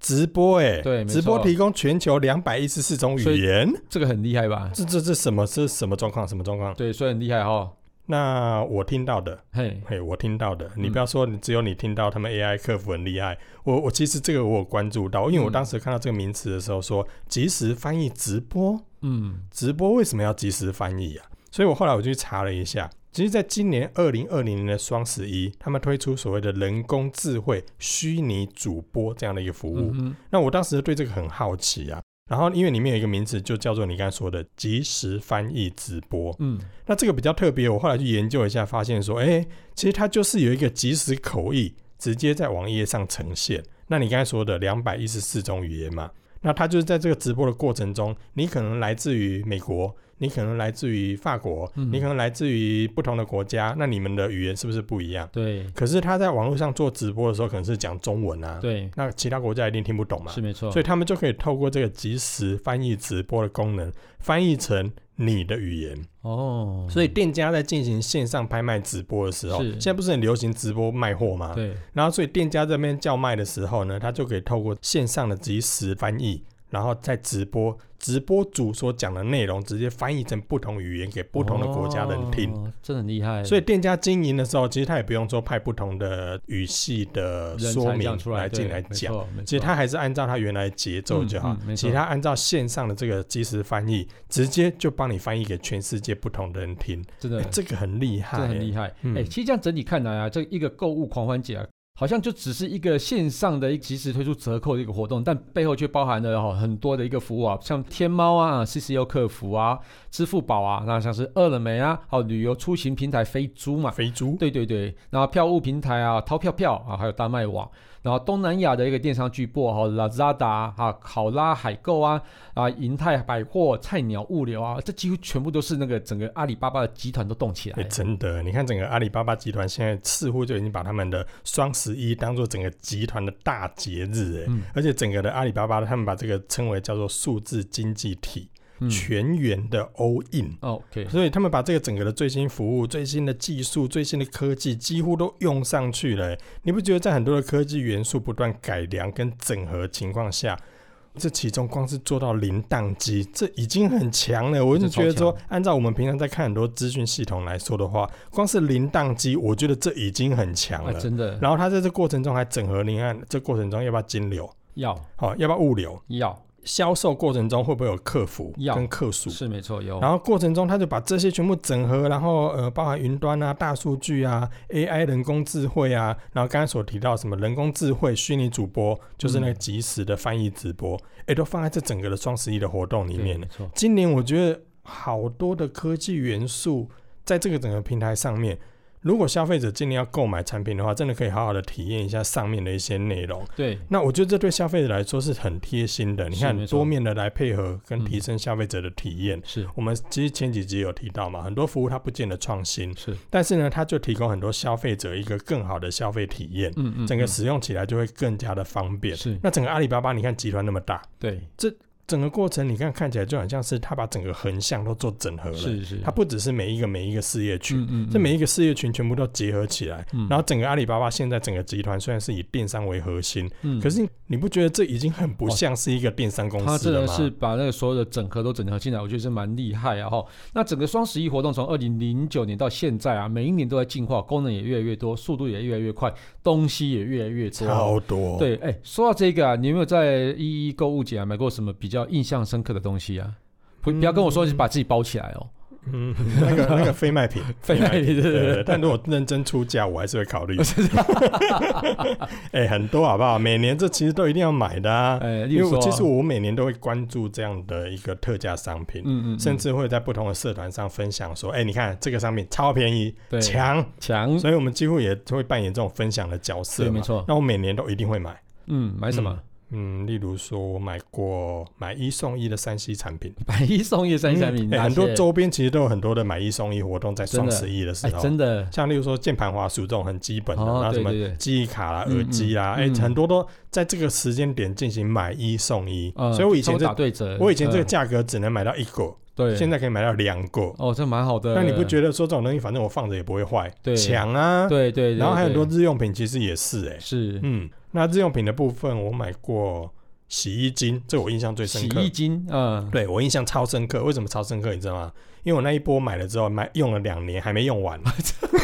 [SPEAKER 2] 直播、哎，
[SPEAKER 1] 对没
[SPEAKER 2] 直播
[SPEAKER 1] 错
[SPEAKER 2] 提供全球两百一十四种
[SPEAKER 1] 所
[SPEAKER 2] 语
[SPEAKER 1] 以
[SPEAKER 2] 言，
[SPEAKER 1] 这个很厉害吧？
[SPEAKER 2] 这这这什么？这什么状况？什么状况？
[SPEAKER 1] 对，所以很厉害哈、哦。
[SPEAKER 2] 那我听到的，
[SPEAKER 1] 嘿，
[SPEAKER 2] 嘿，我听到的，你
[SPEAKER 1] 嗯
[SPEAKER 2] 不要说你只有你听到他们 AI 客服很厉害，我我其实这个我有关注到，因为我
[SPEAKER 1] 嗯
[SPEAKER 2] 当时看到这个名词的时候说，即时翻译直播，
[SPEAKER 1] 嗯，
[SPEAKER 2] 直播为什么要即时翻译啊？所以我后来我就去查了一下，其实在今年二零二零年的双十一，他们推出所谓的人工智慧虚拟主播这样的一个服务，
[SPEAKER 1] 嗯哼
[SPEAKER 2] 那我当时对这个很好奇啊。然后，因为里面有一个名词，就叫做你刚才说的即时翻译直播。
[SPEAKER 1] 嗯，
[SPEAKER 2] 那这个比较特别，我后来去研究一下，发现说，哎，其实它就是有一个即时口译，直接在网页上呈现。那你刚才说的两百一十四种语言嘛，那它就是在这个直播的过程中，你可能来自于美国，你可能来自于法国，
[SPEAKER 1] 嗯
[SPEAKER 2] 你可能来自于不同的国家，那你们的语言是不是不一样？
[SPEAKER 1] 对
[SPEAKER 2] 可是他在网络上做直播的时候，可能是讲中文啊，
[SPEAKER 1] 对，
[SPEAKER 2] 那其他国家一定听不懂嘛
[SPEAKER 1] 是，没错，
[SPEAKER 2] 所以他们就可以透过这个即时翻译直播的功能，翻译成你的语言。
[SPEAKER 1] 哦，
[SPEAKER 2] 所以店家在进行线上拍卖直播的时候，
[SPEAKER 1] 是
[SPEAKER 2] 现在不是很流行直播卖货吗？
[SPEAKER 1] 对
[SPEAKER 2] 然后所以店家这边叫卖的时候呢，他就可以透过线上的即时翻译，然后在直播直播主所讲的内容直接翻译成不同语言给不同的国家人听。
[SPEAKER 1] 哦，真的很厉害，
[SPEAKER 2] 所以
[SPEAKER 1] 以
[SPEAKER 2] 店家经营的时候，其实他也不用说派不同的语系的说明
[SPEAKER 1] 出
[SPEAKER 2] 来进
[SPEAKER 1] 对
[SPEAKER 2] 来
[SPEAKER 1] 没
[SPEAKER 2] 讲，
[SPEAKER 1] 错没
[SPEAKER 2] 其实
[SPEAKER 1] 错
[SPEAKER 2] 他还是按照他原来的节奏就好
[SPEAKER 1] 嗯嗯嗯。没错
[SPEAKER 2] 其实他按照线上的这个即时翻译，直接就帮你翻译给全世界不同的人听，
[SPEAKER 1] 真的
[SPEAKER 2] 欸这个很厉害
[SPEAKER 1] 这
[SPEAKER 2] 欸，
[SPEAKER 1] 很厉害。哎、
[SPEAKER 2] 嗯
[SPEAKER 1] 其实这样整体看来啊，这一个购物狂欢节啊，好像就只是一个线上的一及时推出折扣的一个活动，但背后却包含了哈、很多的一个服务啊，像天猫啊、CCU 客服啊、支付宝啊，那像是饿了么啊，还有旅游出行平台飞猪嘛。
[SPEAKER 2] 肥猪，
[SPEAKER 1] 对对对，然后票务平台啊，淘票票啊，还有大麦网，然后东南亚的一个电商巨擘哈，Lazada 啊啊，考拉海购啊，啊，银泰百货、菜鸟物流啊，这几乎全部都是那个整个阿里巴巴的集团都动起来
[SPEAKER 2] 哎、
[SPEAKER 1] 了。
[SPEAKER 2] 真的，你看整个阿里巴巴集团现在似乎就已经把他们的双十一当做整个集团的大节日，哎、
[SPEAKER 1] 嗯
[SPEAKER 2] 而且整个的阿里巴巴，他们把这个称为叫做数字经济体，
[SPEAKER 1] 嗯哦
[SPEAKER 2] 全员的 all in。
[SPEAKER 1] OK，
[SPEAKER 2] 所以他们把这个整个的最新服务、最新的技术、最新的科技几乎都用上去了。哎你不觉得在很多的科技元素不断改良跟整合情况下，这其中光是做到零宕机，这已经很强了。我就觉得
[SPEAKER 1] 这超
[SPEAKER 2] 说，按照我们平常在看很多资讯系统来说的话，光是零宕机，我觉得这已经很强
[SPEAKER 1] 啊，
[SPEAKER 2] 了。
[SPEAKER 1] 真的
[SPEAKER 2] 然后它在这过程中还整合零案，这过程中要不要金流？
[SPEAKER 1] 要
[SPEAKER 2] 好、要不要物流？
[SPEAKER 1] 要
[SPEAKER 2] 销售过程中会不会有客服
[SPEAKER 1] 要
[SPEAKER 2] 跟客诉？
[SPEAKER 1] 是没错，有
[SPEAKER 2] 然后过程中，他就把这些全部整合，然后呃，包含云端啊、大数据啊、AI、人工智慧啊，然后刚才所提到什么人工智慧、虚拟主播，就是那个即时的翻译直播，哎、都放在这整个的双十一的活动里
[SPEAKER 1] 对
[SPEAKER 2] 面了
[SPEAKER 1] 没。错，
[SPEAKER 2] 今年我觉得好多的科技元素在这个整个平台上面，如果消费者今年要购买产品的话，真的可以好好的体验一下上面的一些内容。
[SPEAKER 1] 对
[SPEAKER 2] 那我觉得这对消费者来说是很贴心的，你
[SPEAKER 1] 是没
[SPEAKER 2] 看
[SPEAKER 1] 错
[SPEAKER 2] 多面的来配合跟
[SPEAKER 1] 嗯
[SPEAKER 2] 提升消费者的体验。
[SPEAKER 1] 是
[SPEAKER 2] 我们其实前几集有提到嘛，很多服务它不见得创新，
[SPEAKER 1] 是，
[SPEAKER 2] 但是呢，它就提供很多消费者一个更好的消费体验，
[SPEAKER 1] 嗯嗯，
[SPEAKER 2] 整个
[SPEAKER 1] 嗯
[SPEAKER 2] 使用起来就会更加的方便。
[SPEAKER 1] 是
[SPEAKER 2] 那整个阿里巴巴，你看集团那么大，
[SPEAKER 1] 对
[SPEAKER 2] 整个过程你看看起来就很像是它把整个横向都做整合了，
[SPEAKER 1] 是是，
[SPEAKER 2] 它不只是每一个每一个事业群，
[SPEAKER 1] 嗯嗯，
[SPEAKER 2] 这每
[SPEAKER 1] 一
[SPEAKER 2] 一个事业群全部都结合起来。然后整个阿里巴巴现在整个集团虽然是以电商为核心，
[SPEAKER 1] 后
[SPEAKER 2] 可是你不觉得这已经很不像是一个电商公
[SPEAKER 1] 他
[SPEAKER 2] 司
[SPEAKER 1] 真
[SPEAKER 2] 了
[SPEAKER 1] 的
[SPEAKER 2] 吗？
[SPEAKER 1] 是把那个所有的整合都整合进来，我觉得是蛮厉害啊哈。那整个双十一活动从二零零九年到现在啊，每一年都在进化，功能也越来越多，速度也越来越快，东西也越来越多。
[SPEAKER 2] 超多，
[SPEAKER 1] 对，哎，说到这个啊，你有没有在一一购物节啊买过什么比较印象深刻的东西啊？不，不要跟我说是把自己包起来哦，
[SPEAKER 2] 嗯，那个那个非卖品，
[SPEAKER 1] 非卖品对对对
[SPEAKER 2] 但如果认真出价，我还是 会考虑。 哎、很多好不好？每年这其实都一定要买的啊，
[SPEAKER 1] 哎，例
[SPEAKER 2] 因为
[SPEAKER 1] 如说
[SPEAKER 2] 我
[SPEAKER 1] 啊，
[SPEAKER 2] 其实我每年都会关注这样的一个特价商品。
[SPEAKER 1] 嗯嗯，
[SPEAKER 2] 甚
[SPEAKER 1] 嗯
[SPEAKER 2] 至会在不同的社团上分享，说：“哎、你看这个商品超便宜，
[SPEAKER 1] 对
[SPEAKER 2] 强。
[SPEAKER 1] 强”，
[SPEAKER 2] 所以，我们几乎也会扮演这种分享的角色
[SPEAKER 1] 对，
[SPEAKER 2] 嘛
[SPEAKER 1] 没错。
[SPEAKER 2] 那我每年都一定会买。
[SPEAKER 1] 嗯，买什么？
[SPEAKER 2] 嗯，例如说，我买过买一送一的三 C 产品，
[SPEAKER 1] 买一送一三产品，
[SPEAKER 2] 哎
[SPEAKER 1] 哪
[SPEAKER 2] 很多
[SPEAKER 1] 些
[SPEAKER 2] 周边其实都有很多的买一送一活动，在
[SPEAKER 1] 真
[SPEAKER 2] 双
[SPEAKER 1] 的
[SPEAKER 2] 十一的时
[SPEAKER 1] 哎，
[SPEAKER 2] 候，
[SPEAKER 1] 真的
[SPEAKER 2] 像例如说键盘、滑鼠这种很基本的，然
[SPEAKER 1] 哦，
[SPEAKER 2] 后什
[SPEAKER 1] 对
[SPEAKER 2] 么
[SPEAKER 1] 对对，
[SPEAKER 2] 记忆卡啦、
[SPEAKER 1] 嗯
[SPEAKER 2] 耳机啦，
[SPEAKER 1] 嗯
[SPEAKER 2] 哎、
[SPEAKER 1] 嗯
[SPEAKER 2] 很多都在这个时间点进行买一送一。
[SPEAKER 1] 嗯
[SPEAKER 2] 所以我以
[SPEAKER 1] 差
[SPEAKER 2] 前
[SPEAKER 1] 不多打
[SPEAKER 2] 这
[SPEAKER 1] 对折，
[SPEAKER 2] 我以前这个
[SPEAKER 1] 嗯
[SPEAKER 2] 价格只能买到一个，
[SPEAKER 1] 对，
[SPEAKER 2] 现在可以买到两个。
[SPEAKER 1] 哦，这蛮好的。
[SPEAKER 2] 那你不觉
[SPEAKER 1] 得？
[SPEAKER 2] 得说这种东西反正我放着也不会坏，
[SPEAKER 1] 对
[SPEAKER 2] 抢啊？
[SPEAKER 1] 对对，对
[SPEAKER 2] 然后还有很多
[SPEAKER 1] 对
[SPEAKER 2] 日用品，其实也是哎、
[SPEAKER 1] 是
[SPEAKER 2] 嗯，那日用品的部分我买过洗衣精，这我印象最
[SPEAKER 1] 洗
[SPEAKER 2] 深刻
[SPEAKER 1] 衣。精，嗯，
[SPEAKER 2] 对我印象超深刻，为什么超深刻？你知道吗？因为我那一波买了之后，买用了两年还没 用完，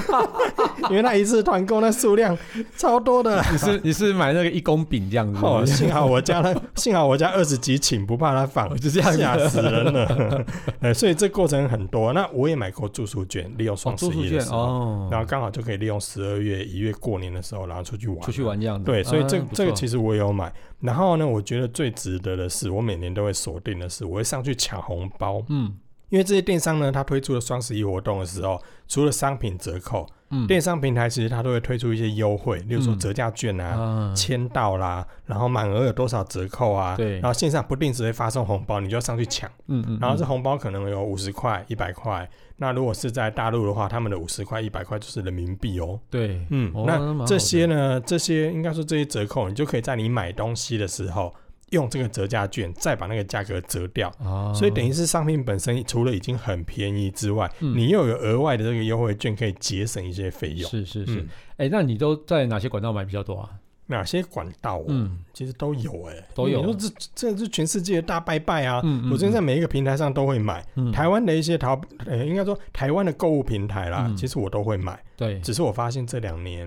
[SPEAKER 2] 因为那一次团购那数量超多的。
[SPEAKER 1] 你是 你是买那个一公饼这样子
[SPEAKER 2] 哦，
[SPEAKER 1] 吗，
[SPEAKER 2] 幸好我家那，幸好我家二十几顷不怕它反
[SPEAKER 1] 哦我，就这样子
[SPEAKER 2] 吓死人了。 呃，所以这过程很多。那我也买过住宿券，利用
[SPEAKER 1] 哦，
[SPEAKER 2] 双十
[SPEAKER 1] 住宿
[SPEAKER 2] 一的
[SPEAKER 1] 券
[SPEAKER 2] 时候，
[SPEAKER 1] 哦，
[SPEAKER 2] 然后刚好就可以利用十二月、一月过年的时候，然后出去玩，
[SPEAKER 1] 出去。玩这样子。
[SPEAKER 2] 对，所以这、
[SPEAKER 1] 啊
[SPEAKER 2] 这个其
[SPEAKER 1] 不错
[SPEAKER 2] 实我也有买。然后呢，我觉得最值得的是，我每年都会锁定的是，我会上去抢红包。
[SPEAKER 1] 嗯
[SPEAKER 2] 因为这些电商呢，它推出了双十一活动的时候，除了商品折扣，
[SPEAKER 1] 嗯
[SPEAKER 2] 电商平台其实它都会推出一些优惠，例如说
[SPEAKER 1] 嗯
[SPEAKER 2] 折价券啊、
[SPEAKER 1] 啊，
[SPEAKER 2] 签到啦，然后满额有多少折扣啊，
[SPEAKER 1] 对
[SPEAKER 2] 然后线上不定时会发送红包，你就上去抢。
[SPEAKER 1] 嗯嗯，
[SPEAKER 2] 然后这
[SPEAKER 1] 嗯
[SPEAKER 2] 红包可能有五十块、一百块。那如果是在大陆的话，他们的五十块、一百块就是人民币哦。
[SPEAKER 1] 对，
[SPEAKER 2] 嗯，
[SPEAKER 1] 哦
[SPEAKER 2] 那
[SPEAKER 1] 蛮好
[SPEAKER 2] 这
[SPEAKER 1] 的
[SPEAKER 2] 些呢，这些应该说这些折扣，你就可以在你买东西的时候用这个折价券，再把那个价格折掉。
[SPEAKER 1] 啊，
[SPEAKER 2] 所以等于是商品本身除了已经很便宜之外，
[SPEAKER 1] 嗯
[SPEAKER 2] 你又有额外的这个优惠券，可以节省一些费用。
[SPEAKER 1] 是是是
[SPEAKER 2] 嗯，
[SPEAKER 1] 哎，那你都在哪些管道买比较多啊？
[SPEAKER 2] 哪些管道、哦？
[SPEAKER 1] 嗯
[SPEAKER 2] 其实都有哎、
[SPEAKER 1] 都有
[SPEAKER 2] 你说这这这是全世界的大拜拜啊！
[SPEAKER 1] 嗯，
[SPEAKER 2] 我真的在每一个平台上都会买，
[SPEAKER 1] 嗯
[SPEAKER 2] 台湾的一些淘，呃，应该说台湾的购物平台啦，
[SPEAKER 1] 嗯
[SPEAKER 2] 其实我都会买。
[SPEAKER 1] 对
[SPEAKER 2] 只是我发现这两年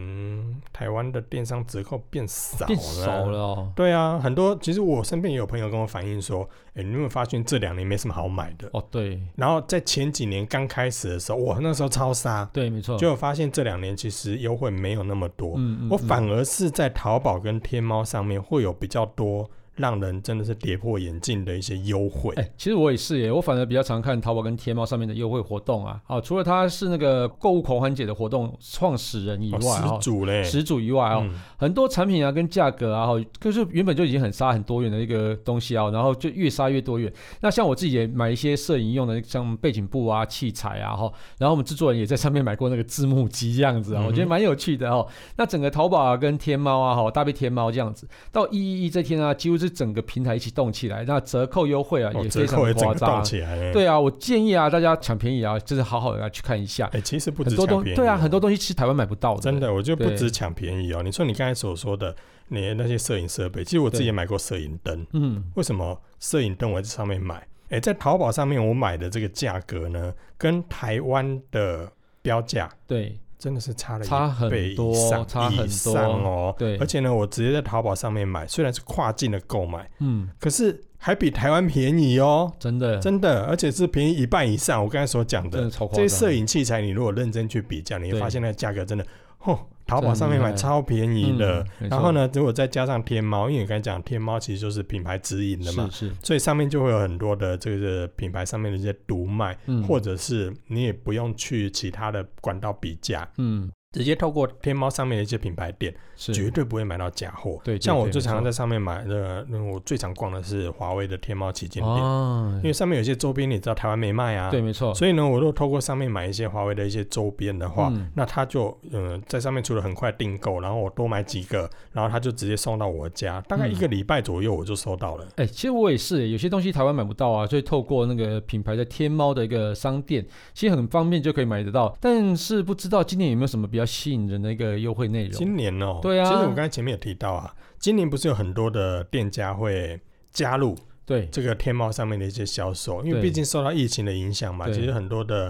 [SPEAKER 2] 台湾的电商折扣变少了，
[SPEAKER 1] 变少了。哦。
[SPEAKER 2] 对啊，很多其实我身边也有朋友跟我反映说，哎、你有没有发现这两年没什么好买的？
[SPEAKER 1] 哦，对
[SPEAKER 2] 然后在前几年刚开始的时候，哇，那时候超杀，
[SPEAKER 1] 对，没错。
[SPEAKER 2] 就发现这两年其实优惠没有那么多。
[SPEAKER 1] 嗯，嗯
[SPEAKER 2] 我
[SPEAKER 1] 嗯
[SPEAKER 2] 反而是在淘宝跟天猫上面会有比较多让人真的是跌破眼镜的一些优惠。
[SPEAKER 1] 哎、其实我也是耶，我反而比较常看淘宝跟天猫上面的优惠活动啊。好、除了他是那个购物狂欢节的活动创始人以
[SPEAKER 2] 哦
[SPEAKER 1] 外啊、
[SPEAKER 2] 十主嘞，
[SPEAKER 1] 始祖以外哦，
[SPEAKER 2] 嗯
[SPEAKER 1] 很多产品啊跟价格啊，哈，就是原本就已经很杀很多元的一个东西啊，然后就越杀越多元。那像我自己也买一些摄影用的，像背景布啊、器材啊，哈，然后我们制作人也在上面买过那个字幕机这样子啊，
[SPEAKER 2] 嗯哼
[SPEAKER 1] 我觉得蛮有趣的哦。那整个淘宝啊跟天猫啊，哈，搭配天猫这样子，到一一一这天啊，几乎是整个平台一起动起来，那折扣优惠啊
[SPEAKER 2] 哦
[SPEAKER 1] 也
[SPEAKER 2] 折
[SPEAKER 1] 非常
[SPEAKER 2] 扣也整
[SPEAKER 1] 夸
[SPEAKER 2] 个动
[SPEAKER 1] 张。
[SPEAKER 2] 起来嘞。
[SPEAKER 1] 对啊，我建议啊，大家抢便宜啊，就是好好的来去看一下，
[SPEAKER 2] 哎，其实不
[SPEAKER 1] 很
[SPEAKER 2] 止
[SPEAKER 1] 多
[SPEAKER 2] 抢
[SPEAKER 1] 东
[SPEAKER 2] 便宜，哦
[SPEAKER 1] 对啊，很多东西其实台湾买不到的，
[SPEAKER 2] 真的，我觉得不
[SPEAKER 1] 对
[SPEAKER 2] 止抢便宜哦。你说你刚才所说的你的那些摄影设备，其实我自
[SPEAKER 1] 对
[SPEAKER 2] 己也买过摄影灯。
[SPEAKER 1] 嗯。
[SPEAKER 2] 为什么摄影灯我在上面买？哎，在淘宝上面我买的这个价格呢，跟台湾的标价
[SPEAKER 1] 对
[SPEAKER 2] 真的是差了一
[SPEAKER 1] 差很
[SPEAKER 2] 倍以
[SPEAKER 1] 多
[SPEAKER 2] 上
[SPEAKER 1] 差很
[SPEAKER 2] 以上哦。
[SPEAKER 1] 对
[SPEAKER 2] 而，且呢，我直接在淘宝上面买，虽然是跨境的购买，
[SPEAKER 1] 嗯，
[SPEAKER 2] 可是还比台湾便宜哦，
[SPEAKER 1] 真的，
[SPEAKER 2] 真的，而且是便宜一半以上。我刚才所讲
[SPEAKER 1] 嗯真
[SPEAKER 2] 的
[SPEAKER 1] 的超夸
[SPEAKER 2] 这
[SPEAKER 1] 张。
[SPEAKER 2] 些摄影器材，你如果认真去比较，你会
[SPEAKER 1] 对
[SPEAKER 2] 发现那个价格真的，哦，淘宝上面买
[SPEAKER 1] 真的厉害
[SPEAKER 2] 超便宜的。
[SPEAKER 1] 嗯
[SPEAKER 2] 然后？呢，如果再加上天猫，因为你刚才讲天猫其实就是品牌直营
[SPEAKER 1] 没
[SPEAKER 2] 的
[SPEAKER 1] 错
[SPEAKER 2] 嘛，
[SPEAKER 1] 是是，
[SPEAKER 2] 所以上面就会有很多的这个品牌上面的一些独卖，
[SPEAKER 1] 嗯，
[SPEAKER 2] 或者是你也不用去其他的管道比价，
[SPEAKER 1] 嗯
[SPEAKER 2] 直接透过天猫上面的一些品牌店，
[SPEAKER 1] 是
[SPEAKER 2] 绝对不会买到假货。
[SPEAKER 1] 对对
[SPEAKER 2] 像我
[SPEAKER 1] 对
[SPEAKER 2] 最
[SPEAKER 1] 没
[SPEAKER 2] 常
[SPEAKER 1] 错
[SPEAKER 2] 在上面买的，那我最常逛的是华为的天猫旗舰店，
[SPEAKER 1] 啊
[SPEAKER 2] 因，为上面有些周边你知道台湾没卖啊，
[SPEAKER 1] 对，，没错，
[SPEAKER 2] 所以呢，我都透过上面买一些华为的一些周边的话，
[SPEAKER 1] 嗯
[SPEAKER 2] 那他就嗯、呃在上面除了很快订购，然后我多买几个，然后他就直接送到我家，大概
[SPEAKER 1] 嗯
[SPEAKER 2] 一个礼拜左右我就收到了。
[SPEAKER 1] 哎、其实我也是，有些东西台湾买不到啊，所以透过那个品牌的天猫的一个商店，其实很方便就可以买得到。但是不知道今年有没有什么比较吸引人的一个优惠内容？
[SPEAKER 2] 今年哦、
[SPEAKER 1] 对啊
[SPEAKER 2] 其实我刚才前面也提到啊，今年不是有很多的店家会加入
[SPEAKER 1] 对，
[SPEAKER 2] 这个天猫上面的一些销售，因为
[SPEAKER 1] 对
[SPEAKER 2] 毕竟受到疫情的影响嘛，
[SPEAKER 1] 对
[SPEAKER 2] 其实很多的。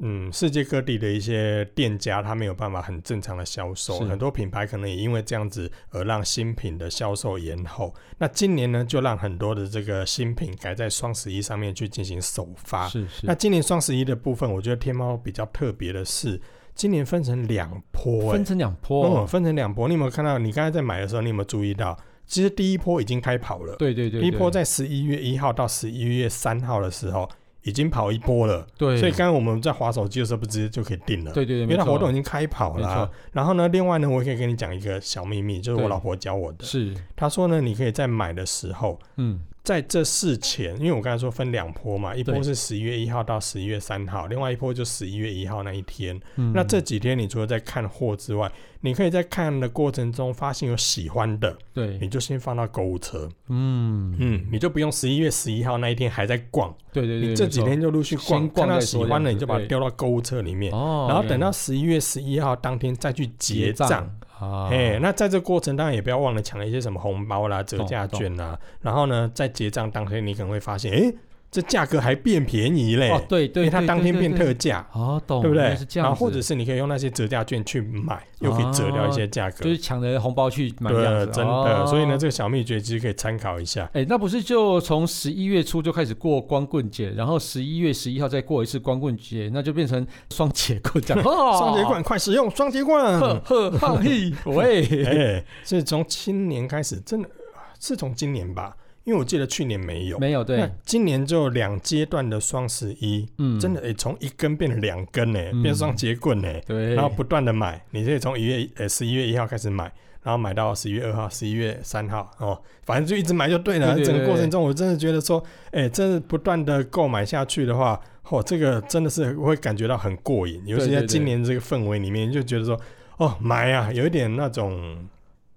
[SPEAKER 2] 嗯，世界各地的一些店家，他没有办法很正常的销售，
[SPEAKER 1] 是
[SPEAKER 2] 很多品牌可能也因为这样子而让新品的销售延后。那今年呢，就让很多的这个新品改在双十一上面去进行首发。
[SPEAKER 1] 是是，
[SPEAKER 2] 啊那今年双十一的部分，我觉得天猫比较特别的是，今年分成两波、欸
[SPEAKER 1] 分，成两波，
[SPEAKER 2] 嗯，分成两波。你有没有看到？你刚才在买的时候，你有没有注意到？其实第一波已经开跑了。
[SPEAKER 1] 对对对，
[SPEAKER 2] 第一波
[SPEAKER 1] 对
[SPEAKER 2] 在十一月一号到十一月三号的时候已经跑一波了，
[SPEAKER 1] 对，
[SPEAKER 2] 所以刚刚我们在划手机的时候，不直接就可以定了。
[SPEAKER 1] 对对对，
[SPEAKER 2] 因
[SPEAKER 1] 没
[SPEAKER 2] 为它
[SPEAKER 1] 错
[SPEAKER 2] 活动已经开跑
[SPEAKER 1] 没
[SPEAKER 2] 了啊、
[SPEAKER 1] 错
[SPEAKER 2] 然后呢，另外呢，我也可以跟你讲一个小秘密，就是我
[SPEAKER 1] 对
[SPEAKER 2] 老婆教我的。
[SPEAKER 1] 是，
[SPEAKER 2] 她说呢，你可以在买的时候，
[SPEAKER 1] 嗯
[SPEAKER 2] 在这事前，因为我刚才说分两波嘛，一波
[SPEAKER 1] 对
[SPEAKER 2] 是十一月一号到十一月三号，另外一波就十一月一号那一天。
[SPEAKER 1] 嗯，
[SPEAKER 2] 那这几天你除了在看货之外，你可以在看的过程中发现有喜欢的，你
[SPEAKER 1] 对，
[SPEAKER 2] 就先放到购物车。
[SPEAKER 1] 嗯
[SPEAKER 2] 嗯，你就不用十一月十一号那一天还在逛，
[SPEAKER 1] 对对对，
[SPEAKER 2] 你这
[SPEAKER 1] 没
[SPEAKER 2] 几
[SPEAKER 1] 错
[SPEAKER 2] 天就陆续逛，
[SPEAKER 1] 先逛
[SPEAKER 2] 看到
[SPEAKER 1] 再
[SPEAKER 2] 喜
[SPEAKER 1] 说
[SPEAKER 2] 欢
[SPEAKER 1] 这
[SPEAKER 2] 的
[SPEAKER 1] 样
[SPEAKER 2] 你就把它
[SPEAKER 1] 子
[SPEAKER 2] 丢到购物车里面，
[SPEAKER 1] 哦，
[SPEAKER 2] 然后
[SPEAKER 1] 原
[SPEAKER 2] 等
[SPEAKER 1] 来
[SPEAKER 2] 到十一月十一号当天再去结账。
[SPEAKER 1] 啊，
[SPEAKER 2] 哎、那在这过程当然也不要忘了抢一些什么红包啦、折
[SPEAKER 1] 哦
[SPEAKER 2] 价券啦，然后呢，在结账当天你可能会发现，哎、这价格还变便宜嘞，
[SPEAKER 1] 哦，对
[SPEAKER 2] 因
[SPEAKER 1] 对，
[SPEAKER 2] 为它
[SPEAKER 1] 对
[SPEAKER 2] 当
[SPEAKER 1] 对
[SPEAKER 2] 天
[SPEAKER 1] 对
[SPEAKER 2] 变
[SPEAKER 1] 对
[SPEAKER 2] 特价，
[SPEAKER 1] 哦，懂，
[SPEAKER 2] 对不
[SPEAKER 1] 原
[SPEAKER 2] 对
[SPEAKER 1] 来是？这
[SPEAKER 2] 然
[SPEAKER 1] 样
[SPEAKER 2] 后
[SPEAKER 1] 子，
[SPEAKER 2] 或者是你可以用那些折价券去买，又可以折掉一些价格，
[SPEAKER 1] 哦就是抢了红包去买这样
[SPEAKER 2] 对，啊
[SPEAKER 1] 子，
[SPEAKER 2] 真的。所以呢，
[SPEAKER 1] 哦
[SPEAKER 2] 这个小秘诀其实可以参考一下。
[SPEAKER 1] 哎，那不是就从十一月初就开始过光棍节，然后十一月十一号再过一次光棍节，那就变成双节棍这样。
[SPEAKER 2] 双
[SPEAKER 1] 双
[SPEAKER 2] 节棍，，快使用双节
[SPEAKER 1] 哦呵
[SPEAKER 2] 棍！
[SPEAKER 1] 呵哈嘿，
[SPEAKER 2] 哎、
[SPEAKER 1] 喂，
[SPEAKER 2] 啊是从今年开始，真的是从今年吧，因因为我记得去年没有。
[SPEAKER 1] 没有
[SPEAKER 2] 那
[SPEAKER 1] 对，
[SPEAKER 2] 今年就两阶段的双十一，
[SPEAKER 1] 嗯，
[SPEAKER 2] 真的诶，从一根变成两根呢、
[SPEAKER 1] 嗯
[SPEAKER 2] 变双节棍哎呢、
[SPEAKER 1] 对，
[SPEAKER 2] 然后不断的买，你可以从一月呃十一月一号开始买，然后买到十一月二号、十一月三号哦，反正就一直买就对了。
[SPEAKER 1] 对对
[SPEAKER 2] 整个过
[SPEAKER 1] 对
[SPEAKER 2] 程中，我真的觉得说，哎，真的不断的购买下去的话，哦，这个真的是会感觉到很过瘾，尤其
[SPEAKER 1] 对
[SPEAKER 2] 在
[SPEAKER 1] 对
[SPEAKER 2] 今年这个氛围里面，你就觉得说，哦，买啊，有一点那种，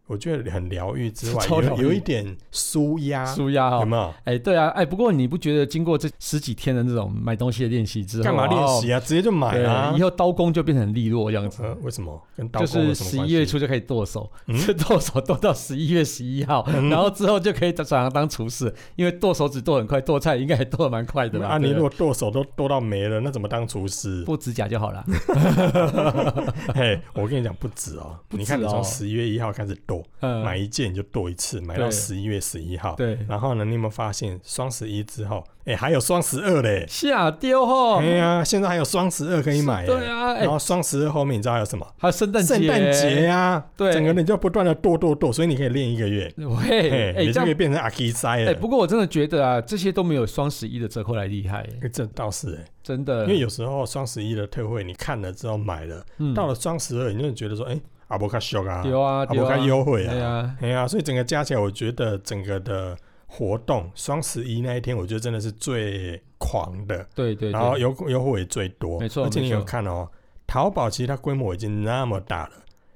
[SPEAKER 2] 我觉得很疗愈之 外，
[SPEAKER 1] 超疗
[SPEAKER 2] 有
[SPEAKER 1] 愈
[SPEAKER 2] 有一点舒压，
[SPEAKER 1] 舒压
[SPEAKER 2] 有
[SPEAKER 1] 哈。
[SPEAKER 2] 没有？
[SPEAKER 1] 哎，对啊，哎，不过你不觉得经过这十几天的这种买东西的练习之后，
[SPEAKER 2] 干嘛练习啊？直接就
[SPEAKER 1] 哦？
[SPEAKER 2] 买
[SPEAKER 1] 对
[SPEAKER 2] 啊
[SPEAKER 1] 以！后刀工就变成很利落这样子。
[SPEAKER 2] 呃，为什么跟刀
[SPEAKER 1] 就
[SPEAKER 2] 工有
[SPEAKER 1] 是
[SPEAKER 2] 什么
[SPEAKER 1] 十
[SPEAKER 2] 关
[SPEAKER 1] 一
[SPEAKER 2] 系？
[SPEAKER 1] 月初就可以剁手，
[SPEAKER 2] 嗯
[SPEAKER 1] 是剁手剁到十一月十一号，
[SPEAKER 2] 嗯
[SPEAKER 1] 然后之后就可以转行当厨师，因为剁手指剁很快，剁菜应该也剁得蛮快的吧？
[SPEAKER 2] 啊，
[SPEAKER 1] 对
[SPEAKER 2] 你如果剁手都剁到没了，那怎么当厨师？
[SPEAKER 1] 不指甲就好了。
[SPEAKER 2] 嗯嘿，我跟你讲不止哦，
[SPEAKER 1] 不止哦
[SPEAKER 2] 你看你从十一月一号开始剁，
[SPEAKER 1] 嗯，
[SPEAKER 2] 买一件你就剁一次，买到
[SPEAKER 1] 对
[SPEAKER 2] 十一月十一号。
[SPEAKER 1] 对，
[SPEAKER 2] 然后呢，你有没有发现双十一之后，哎，还有双十二嘞？
[SPEAKER 1] 下丢吼，
[SPEAKER 2] 哎呀，现在还有双十二可以买耶。
[SPEAKER 1] 哦对啊，哎
[SPEAKER 2] 然，后双十二后面你知道还有什么？
[SPEAKER 1] 还有圣诞节，
[SPEAKER 2] 圣诞节啊，
[SPEAKER 1] 对
[SPEAKER 2] 整个你就不断的剁剁剁，所以你可以练一个月，
[SPEAKER 1] 喂，
[SPEAKER 2] 嘿，
[SPEAKER 1] 哎，
[SPEAKER 2] 你就
[SPEAKER 1] 这
[SPEAKER 2] 可以
[SPEAKER 1] 样，
[SPEAKER 2] 变成阿基塞
[SPEAKER 1] 哎，
[SPEAKER 2] 了。
[SPEAKER 1] 不过我真的觉得啊，这些都没有双十一的折扣来厉害，
[SPEAKER 2] 哎这倒是哎，
[SPEAKER 1] 真的，
[SPEAKER 2] 因为有时候双十一的特惠你看了之后买了，
[SPEAKER 1] 嗯
[SPEAKER 2] 到了双十二你就觉得说，哎，阿伯卡修啊，
[SPEAKER 1] 丢啊
[SPEAKER 2] 啊，不
[SPEAKER 1] 丢
[SPEAKER 2] 该
[SPEAKER 1] 啊，
[SPEAKER 2] 优惠
[SPEAKER 1] 对
[SPEAKER 2] 啊，
[SPEAKER 1] 啊，
[SPEAKER 2] 哎呀、所以整个加起来，我觉得整个的活动，双十一那一天，我觉得真的是最狂的，
[SPEAKER 1] 对对，
[SPEAKER 2] 然后
[SPEAKER 1] 对
[SPEAKER 2] 优优惠也最多，
[SPEAKER 1] 没错
[SPEAKER 2] 而且你
[SPEAKER 1] 没错
[SPEAKER 2] 有看哦，淘宝其实它规模已经那么大了，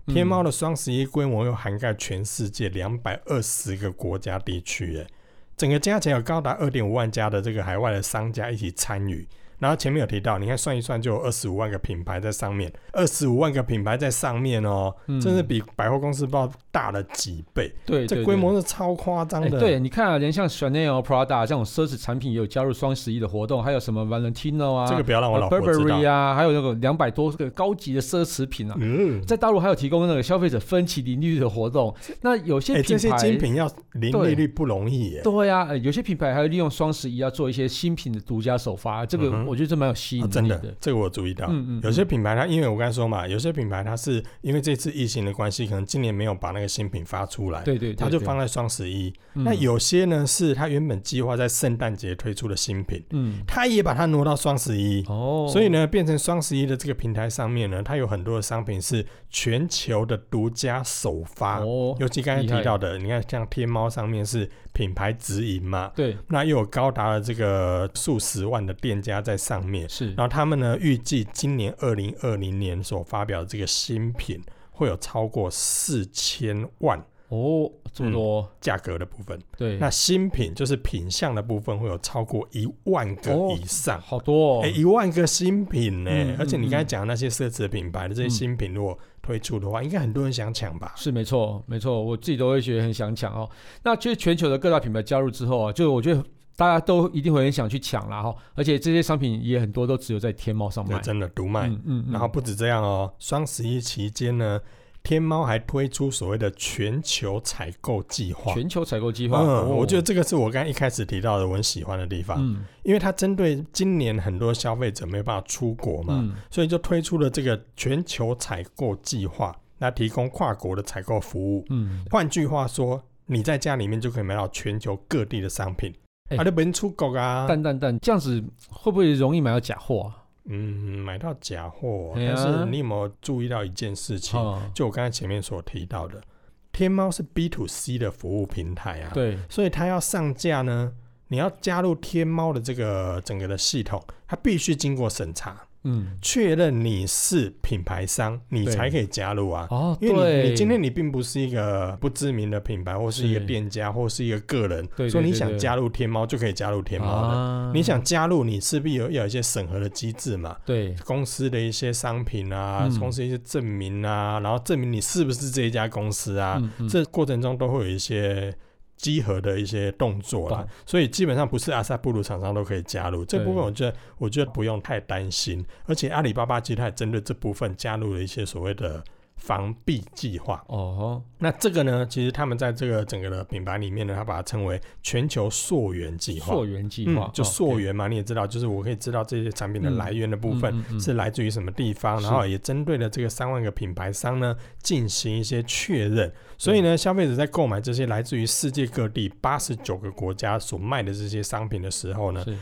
[SPEAKER 1] 嗯
[SPEAKER 2] 天猫，的双十一规模又涵盖全世界两百二十个国家地区，哎，整个加起来有高达二点五万家的这个海外的商家一起参与。然后前面有提到，你看算一算就有二十五万个品牌在上面，二十五万个品牌在上面哦，
[SPEAKER 1] 嗯
[SPEAKER 2] 真是比百货公司不知道大了几倍，
[SPEAKER 1] 对
[SPEAKER 2] 这
[SPEAKER 1] 对
[SPEAKER 2] 规
[SPEAKER 1] 对
[SPEAKER 2] 模是超夸张
[SPEAKER 1] 哎，
[SPEAKER 2] 的。
[SPEAKER 1] 对，你看啊，连像 Chanel、Prada 这种奢侈产品也有加入双十一的活动，还有什么 Valentino 啊，
[SPEAKER 2] 这个不要让我
[SPEAKER 1] 呃
[SPEAKER 2] 老婆知道
[SPEAKER 1] Burberry。啊，还有那个两百多个高级的奢侈品啊，
[SPEAKER 2] 嗯，
[SPEAKER 1] 在大陆还有提供那个消费者分期零利率的活动。那有些
[SPEAKER 2] 哎，
[SPEAKER 1] 品
[SPEAKER 2] 这些
[SPEAKER 1] 牌，
[SPEAKER 2] 精品要零利率不容易耶，
[SPEAKER 1] 对呀、呃有些品牌还会利用双十一要啊做一些新品的独家首发，这
[SPEAKER 2] 嗯
[SPEAKER 1] 个
[SPEAKER 2] 哼
[SPEAKER 1] 我觉得这蛮有吸引
[SPEAKER 2] 啊
[SPEAKER 1] 力
[SPEAKER 2] 真的，这个我注意到。
[SPEAKER 1] 嗯嗯，
[SPEAKER 2] 有些品牌它，因为我刚才说嘛，有些品牌它是因为这次疫情的关系，可能今年没有把那个新品发出来，
[SPEAKER 1] 对对对，
[SPEAKER 2] 它就
[SPEAKER 1] 对
[SPEAKER 2] 放在双十一。
[SPEAKER 1] 嗯
[SPEAKER 2] 那有些呢是它原本计划在圣诞节推出的新品，
[SPEAKER 1] 嗯
[SPEAKER 2] 它也把它挪到双十一。
[SPEAKER 1] 哦，
[SPEAKER 2] 所以呢，变成双十一的这个平台上面呢，它有很多的商品是全球的独家首发。
[SPEAKER 1] 哦
[SPEAKER 2] 尤其刚才
[SPEAKER 1] 厉害
[SPEAKER 2] 提到的，你看像天猫上面是品牌直营嘛，
[SPEAKER 1] 对
[SPEAKER 2] 那又有高达了这个数十万的店家在上面，
[SPEAKER 1] 是
[SPEAKER 2] 然后他们呢预计今年二零二零年所发表的这个新品会有超过四千万
[SPEAKER 1] 哦这么多、
[SPEAKER 2] 价格的部分，
[SPEAKER 1] 对，
[SPEAKER 2] 嗯那新品就是品相的部分会有超过一万个以上。
[SPEAKER 1] 好多、哦
[SPEAKER 2] 哎、一万个新品呢、
[SPEAKER 1] 嗯嗯
[SPEAKER 2] 而且你刚才讲的那些奢侈的品牌的这些
[SPEAKER 1] 嗯
[SPEAKER 2] 新品，如果推出的话，应该很多人想抢吧？
[SPEAKER 1] 是没错，没错，我自己都会觉得很想抢哦。那其实全球的各大品牌加入之后啊，就我觉得大家都一定会很想去抢啦哈、哦。而且这些商品也很多都只有在天猫上
[SPEAKER 2] 对，
[SPEAKER 1] 卖，
[SPEAKER 2] 真的独卖、
[SPEAKER 1] 嗯嗯嗯
[SPEAKER 2] 然后不止这样哦，双十一期间呢，天猫还推出所谓的全球采购计划。
[SPEAKER 1] 全球采购计划，哦
[SPEAKER 2] 嗯，我觉得
[SPEAKER 1] 得
[SPEAKER 2] 这个是我刚刚一开始提到的，我很喜欢的地方，
[SPEAKER 1] 嗯
[SPEAKER 2] 因为它针对今年很多消费者没有办法出国嘛，
[SPEAKER 1] 嗯
[SPEAKER 2] 所以就推出了这个全球采购计划，那提供跨国的采购服务。
[SPEAKER 1] 嗯，
[SPEAKER 2] 换句话说，你在家里面就可以买到全球各地的商品，
[SPEAKER 1] 哎
[SPEAKER 2] 啊，就不用出国啊。
[SPEAKER 1] 但但但这样子会不会容易买到假货啊？
[SPEAKER 2] 嗯，买到假货，啊
[SPEAKER 1] 哎呀
[SPEAKER 2] 但是你有没有注意到一件事情？
[SPEAKER 1] 哦，
[SPEAKER 2] 就我刚才前面所提到的，天猫是 B to C 的服务平台啊，，
[SPEAKER 1] 对，
[SPEAKER 2] 所以它要上架呢，你要加入天猫的这个整个的系统，它必须经过审查，
[SPEAKER 1] 嗯，
[SPEAKER 2] 确认你是品牌商，你
[SPEAKER 1] 对
[SPEAKER 2] 才可以加入啊。
[SPEAKER 1] 哦，
[SPEAKER 2] 因为你
[SPEAKER 1] 对，
[SPEAKER 2] 你今天你并不是一个不知名的品牌，或是一个
[SPEAKER 1] 是
[SPEAKER 2] 店家，或是一个个人，
[SPEAKER 1] 对
[SPEAKER 2] 所以
[SPEAKER 1] 对
[SPEAKER 2] 你
[SPEAKER 1] 对
[SPEAKER 2] 想
[SPEAKER 1] 对
[SPEAKER 2] 加入天猫就可以加入天猫了。
[SPEAKER 1] 啊
[SPEAKER 2] 你想加入，你势必有要有一些审核的机制嘛。
[SPEAKER 1] 对
[SPEAKER 2] 公司的一些商品啊，
[SPEAKER 1] 嗯
[SPEAKER 2] 公司一些证明啊，然后证明你是不是这一家公司啊，
[SPEAKER 1] 嗯嗯
[SPEAKER 2] 这过程中都会有一些集合的一些动作啦
[SPEAKER 1] 懂，
[SPEAKER 2] 所以基本上不是阿萨布鲁厂商都可以加入这
[SPEAKER 1] 对
[SPEAKER 2] 部分，我觉得我觉得不用太担心，而且阿里巴巴其实它也针对这部分加入了一些所谓的防弊计划。
[SPEAKER 1] 哦
[SPEAKER 2] 那这个呢，其实他们在这个整个的品牌里面呢，他把它称为全球溯源
[SPEAKER 1] 吼，
[SPEAKER 2] 计划。
[SPEAKER 1] 溯源计划哦
[SPEAKER 2] 嗯，就溯
[SPEAKER 1] 源
[SPEAKER 2] 源嘛，你也知道，就是我可以知道这些产品的
[SPEAKER 1] 嗯
[SPEAKER 2] 来源的部分。是来自于什么地方，
[SPEAKER 1] 是
[SPEAKER 2] 然后也针对了这个三万个品牌商呢进行一些确
[SPEAKER 1] 嗯
[SPEAKER 2] 认。所以呢，消费者在购买这些来自于世界各地八十九个国家所卖的这些商品的时候呢，
[SPEAKER 1] 是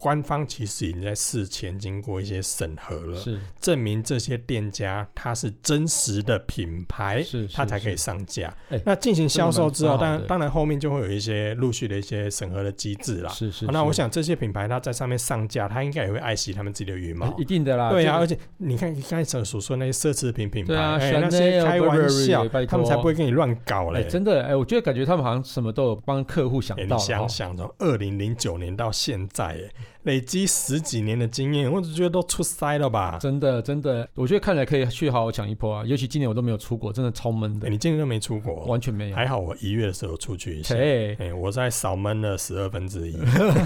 [SPEAKER 2] 官方其实已经在事前经过一些审核了，
[SPEAKER 1] 是
[SPEAKER 2] 证明这些店家它是真实的品牌。
[SPEAKER 1] 是，
[SPEAKER 2] 哎它才可
[SPEAKER 1] 是
[SPEAKER 2] 以上架
[SPEAKER 1] 哎。
[SPEAKER 2] 那进行销售之后，
[SPEAKER 1] 这个蛮蛮
[SPEAKER 2] 当
[SPEAKER 1] 好
[SPEAKER 2] 然
[SPEAKER 1] 的
[SPEAKER 2] 当然后面就会有一些陆续的一些审核的机制啦。
[SPEAKER 1] 是是。
[SPEAKER 2] 啊好那我
[SPEAKER 1] 是
[SPEAKER 2] 想这些品牌它在上面上架，它应该也会爱惜他们自己的羽毛。
[SPEAKER 1] 一定的啦，
[SPEAKER 2] 对
[SPEAKER 1] 这
[SPEAKER 2] 啊，
[SPEAKER 1] 个
[SPEAKER 2] 而且你看你刚才所所说那些奢侈品品牌，
[SPEAKER 1] 对啊
[SPEAKER 2] 哎
[SPEAKER 1] Chanel
[SPEAKER 2] 那些开玩
[SPEAKER 1] Burberry，拜托
[SPEAKER 2] 笑，他们才不会跟你乱搞
[SPEAKER 1] 哎、
[SPEAKER 2] 嘞。
[SPEAKER 1] 真的哎、我觉得感觉他们好像什么都有帮客户想
[SPEAKER 2] 哎
[SPEAKER 1] 到
[SPEAKER 2] 你
[SPEAKER 1] 了
[SPEAKER 2] 想
[SPEAKER 1] 哦
[SPEAKER 2] 想，从二零零九年到现在，哎，累积十几年的经验，我只觉得都出塞了吧？
[SPEAKER 1] 真的真的，我觉得看来可以去好好抢一波啊！尤其今年我都没有出国，真的超闷的，
[SPEAKER 2] 哎你今年都没出国，
[SPEAKER 1] 完全没有。
[SPEAKER 2] 还好我一月的时候出去一下，
[SPEAKER 1] 切
[SPEAKER 2] 哎，我在少闷了十二分之一。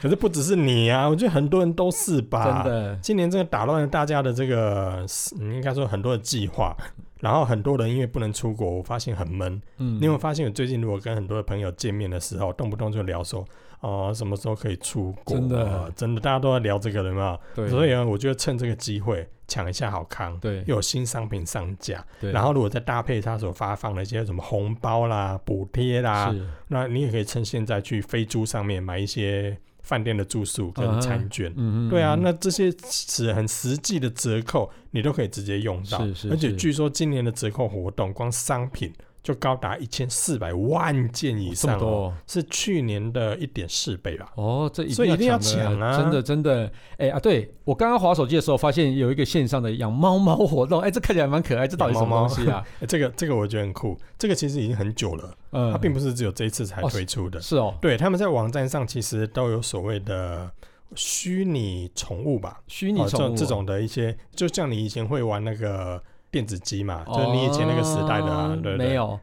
[SPEAKER 2] 可是不只是你啊，我觉得很多人都是吧。
[SPEAKER 1] 真的
[SPEAKER 2] 今年这个打乱了大家的这个，嗯应该说很多的计划，然后很多人因为不能出国，我发现很闷。
[SPEAKER 1] 嗯，
[SPEAKER 2] 你有没有发现，我最近如果跟很多的朋友见面的时候，动不动就聊说，哦、什么时候可以出国？
[SPEAKER 1] 真的
[SPEAKER 2] 呃真的，大家都在聊这个了嘛。
[SPEAKER 1] 对，
[SPEAKER 2] 所以呢，我觉得趁这个机会抢一下好康。
[SPEAKER 1] 对
[SPEAKER 2] 又有新商品上架，
[SPEAKER 1] 对，
[SPEAKER 2] 然后如果再搭配它所发放的一些什么红包啦、补贴啦，
[SPEAKER 1] 是
[SPEAKER 2] 那你也可以趁现在去飞猪上面买一些饭店的住宿
[SPEAKER 1] 嗯
[SPEAKER 2] 跟
[SPEAKER 1] 哼
[SPEAKER 2] 餐券。
[SPEAKER 1] 嗯嗯，
[SPEAKER 2] 对啊，
[SPEAKER 1] 嗯
[SPEAKER 2] 那这些是很实际的折扣，你都可以直接用到。
[SPEAKER 1] 是是
[SPEAKER 2] 而且
[SPEAKER 1] 是
[SPEAKER 2] 据说今年的折扣活动，光商品就高达一千四百万件以
[SPEAKER 1] 这么
[SPEAKER 2] 上、
[SPEAKER 1] 多
[SPEAKER 2] 哦，
[SPEAKER 1] 哦
[SPEAKER 2] 是去年的一点四倍吧？
[SPEAKER 1] 哦，这
[SPEAKER 2] 所以一定要
[SPEAKER 1] 抢
[SPEAKER 2] 抢
[SPEAKER 1] 的
[SPEAKER 2] 啊
[SPEAKER 1] 真的真的，哎、啊，对我刚刚划手机的时候发现有一个线上的养猫猫活动，哎、这看起来蛮可爱，这到底什么
[SPEAKER 2] 养猫猫
[SPEAKER 1] 东西啊？
[SPEAKER 2] 诶这个这个我觉得很酷，这个其实已经很久了，
[SPEAKER 1] 嗯，
[SPEAKER 2] 它并不是只有这一次才推出的。
[SPEAKER 1] 是哦，
[SPEAKER 2] 对，他们在网站上其实都有所谓的虚拟宠物吧，
[SPEAKER 1] 虚拟
[SPEAKER 2] 哦这
[SPEAKER 1] 宠物、
[SPEAKER 2] 种这种的一些，就像你以前会玩那个电子鸡嘛，就是你以前那个时代的啊，
[SPEAKER 1] 哦
[SPEAKER 2] 对不对
[SPEAKER 1] 没有，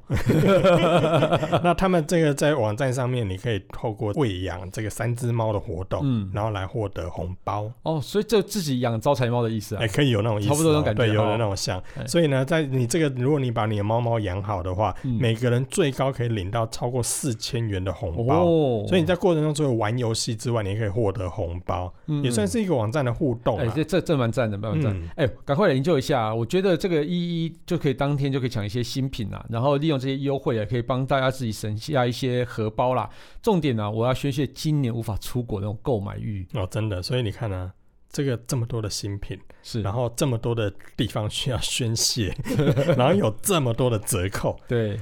[SPEAKER 2] 那他们这个在网站上面，你可以透过喂养这个三只猫的活动，
[SPEAKER 1] 嗯，
[SPEAKER 2] 然后来获得红包，
[SPEAKER 1] 哦，所以就自己养招财猫的意思啊
[SPEAKER 2] 哎、，可以有那种意思哦、
[SPEAKER 1] 差不多那种感觉
[SPEAKER 2] 对，有
[SPEAKER 1] 哦
[SPEAKER 2] 的那种像。
[SPEAKER 1] 哎
[SPEAKER 2] 所以呢，在你这个，如果你把你的猫猫养好的话，
[SPEAKER 1] 嗯
[SPEAKER 2] 每个人最高可以领到超过四千元的红包。
[SPEAKER 1] 哦，
[SPEAKER 2] 所以你在过程中除了玩游戏之外，你也可以获得红包，
[SPEAKER 1] 嗯
[SPEAKER 2] 也算是一个网站的互动啊
[SPEAKER 1] 哎、
[SPEAKER 2] 啦。
[SPEAKER 1] 这这这蛮赞的，蛮赞。
[SPEAKER 2] 嗯，
[SPEAKER 1] 哎、赶快来研究一下啊！我觉得这个一一就可以当天就可以抢一些新品啊，然后利用这些优惠啊，可以帮大家自己省下一些荷包啦。重点呢、啊我要宣泄今年无法出国的那种购买欲。
[SPEAKER 2] 哦，真的。所以你看啊，这个这么多的新品，
[SPEAKER 1] 是，
[SPEAKER 2] 然后这么多的地方需要宣泄， 然后有这么多的折扣，
[SPEAKER 1] 对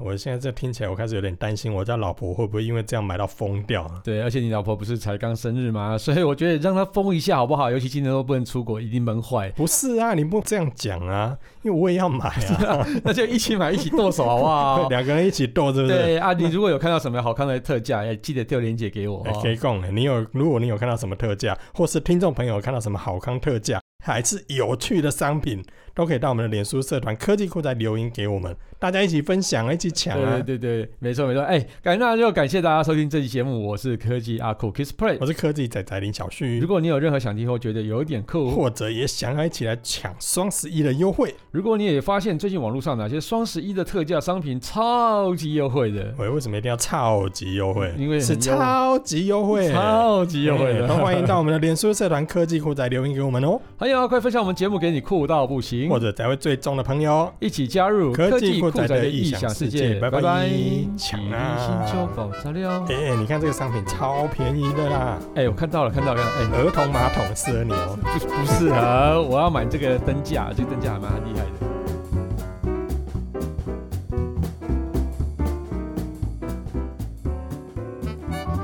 [SPEAKER 2] 我现在这听起来，我开始有点担心，我家老婆会不会因为这样买到疯掉啊？
[SPEAKER 1] 对，而且你老婆不是才刚生日吗？所以我觉得让她疯一下好不好？尤其今年都不能出国，一定闷坏。
[SPEAKER 2] 不是啊，你不这样讲啊，因为我也要买 啊，
[SPEAKER 1] 那就一起买，一起剁手好不好？
[SPEAKER 2] 两个人一起斗，对不对？
[SPEAKER 1] 哦对啊，你如果有看到什么好看的特价，也哎记得丢链接给我、
[SPEAKER 2] 哎
[SPEAKER 1] 哦。
[SPEAKER 2] 可以供你有，如果你有看到什么特价，或是听众朋友看到什么好康特价，还是有趣的商品，都可以到我们的脸书社团科技库再留言给我们，大家一起分享，一起抢啊！
[SPEAKER 1] 对对对对，没错没错。哎，感那就感谢大家收听这期节目，我是科技阿酷 Kiss Play
[SPEAKER 2] 我。是科技仔仔林小
[SPEAKER 1] 如
[SPEAKER 2] 旭，
[SPEAKER 1] 果你有任何想听或觉得有一点酷，
[SPEAKER 2] 或者也想要一起来抢双十一的优惠，
[SPEAKER 1] 如果你也发现最近网络上哪些双十一的特价商品超级优惠的，
[SPEAKER 2] 喂，为什么一定要超级优惠？
[SPEAKER 1] 因为很
[SPEAKER 2] 是
[SPEAKER 1] 优惠
[SPEAKER 2] 超级优惠，
[SPEAKER 1] 超级优惠
[SPEAKER 2] 哎
[SPEAKER 1] 的，
[SPEAKER 2] 都欢迎到我们的脸书社团科技库仔留言给我们哦，
[SPEAKER 1] 还有啊，快分享我们节目给你酷到不行
[SPEAKER 2] 或，者才会最终的朋友。
[SPEAKER 1] 一起加入
[SPEAKER 2] 科技
[SPEAKER 1] 技
[SPEAKER 2] 酷
[SPEAKER 1] 酷
[SPEAKER 2] 宅
[SPEAKER 1] 宅
[SPEAKER 2] 的
[SPEAKER 1] 的
[SPEAKER 2] 异
[SPEAKER 1] 异
[SPEAKER 2] 想
[SPEAKER 1] 想
[SPEAKER 2] 世
[SPEAKER 1] 世界。
[SPEAKER 2] 界拜
[SPEAKER 1] 拜
[SPEAKER 2] 拜
[SPEAKER 1] 拜，
[SPEAKER 2] 抢
[SPEAKER 1] 一
[SPEAKER 2] 啊
[SPEAKER 1] 星球爆炸了
[SPEAKER 2] 哎、。你看这个商品超便宜的啦，
[SPEAKER 1] 哎，我看到了，看到了，看到了
[SPEAKER 2] 儿童马桶适合你哦。
[SPEAKER 1] 哎，不不是啊，我要买这个灯架，这个灯架还蛮厉害的。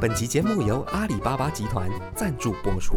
[SPEAKER 3] 本集节目由阿里巴巴集团赞助播出。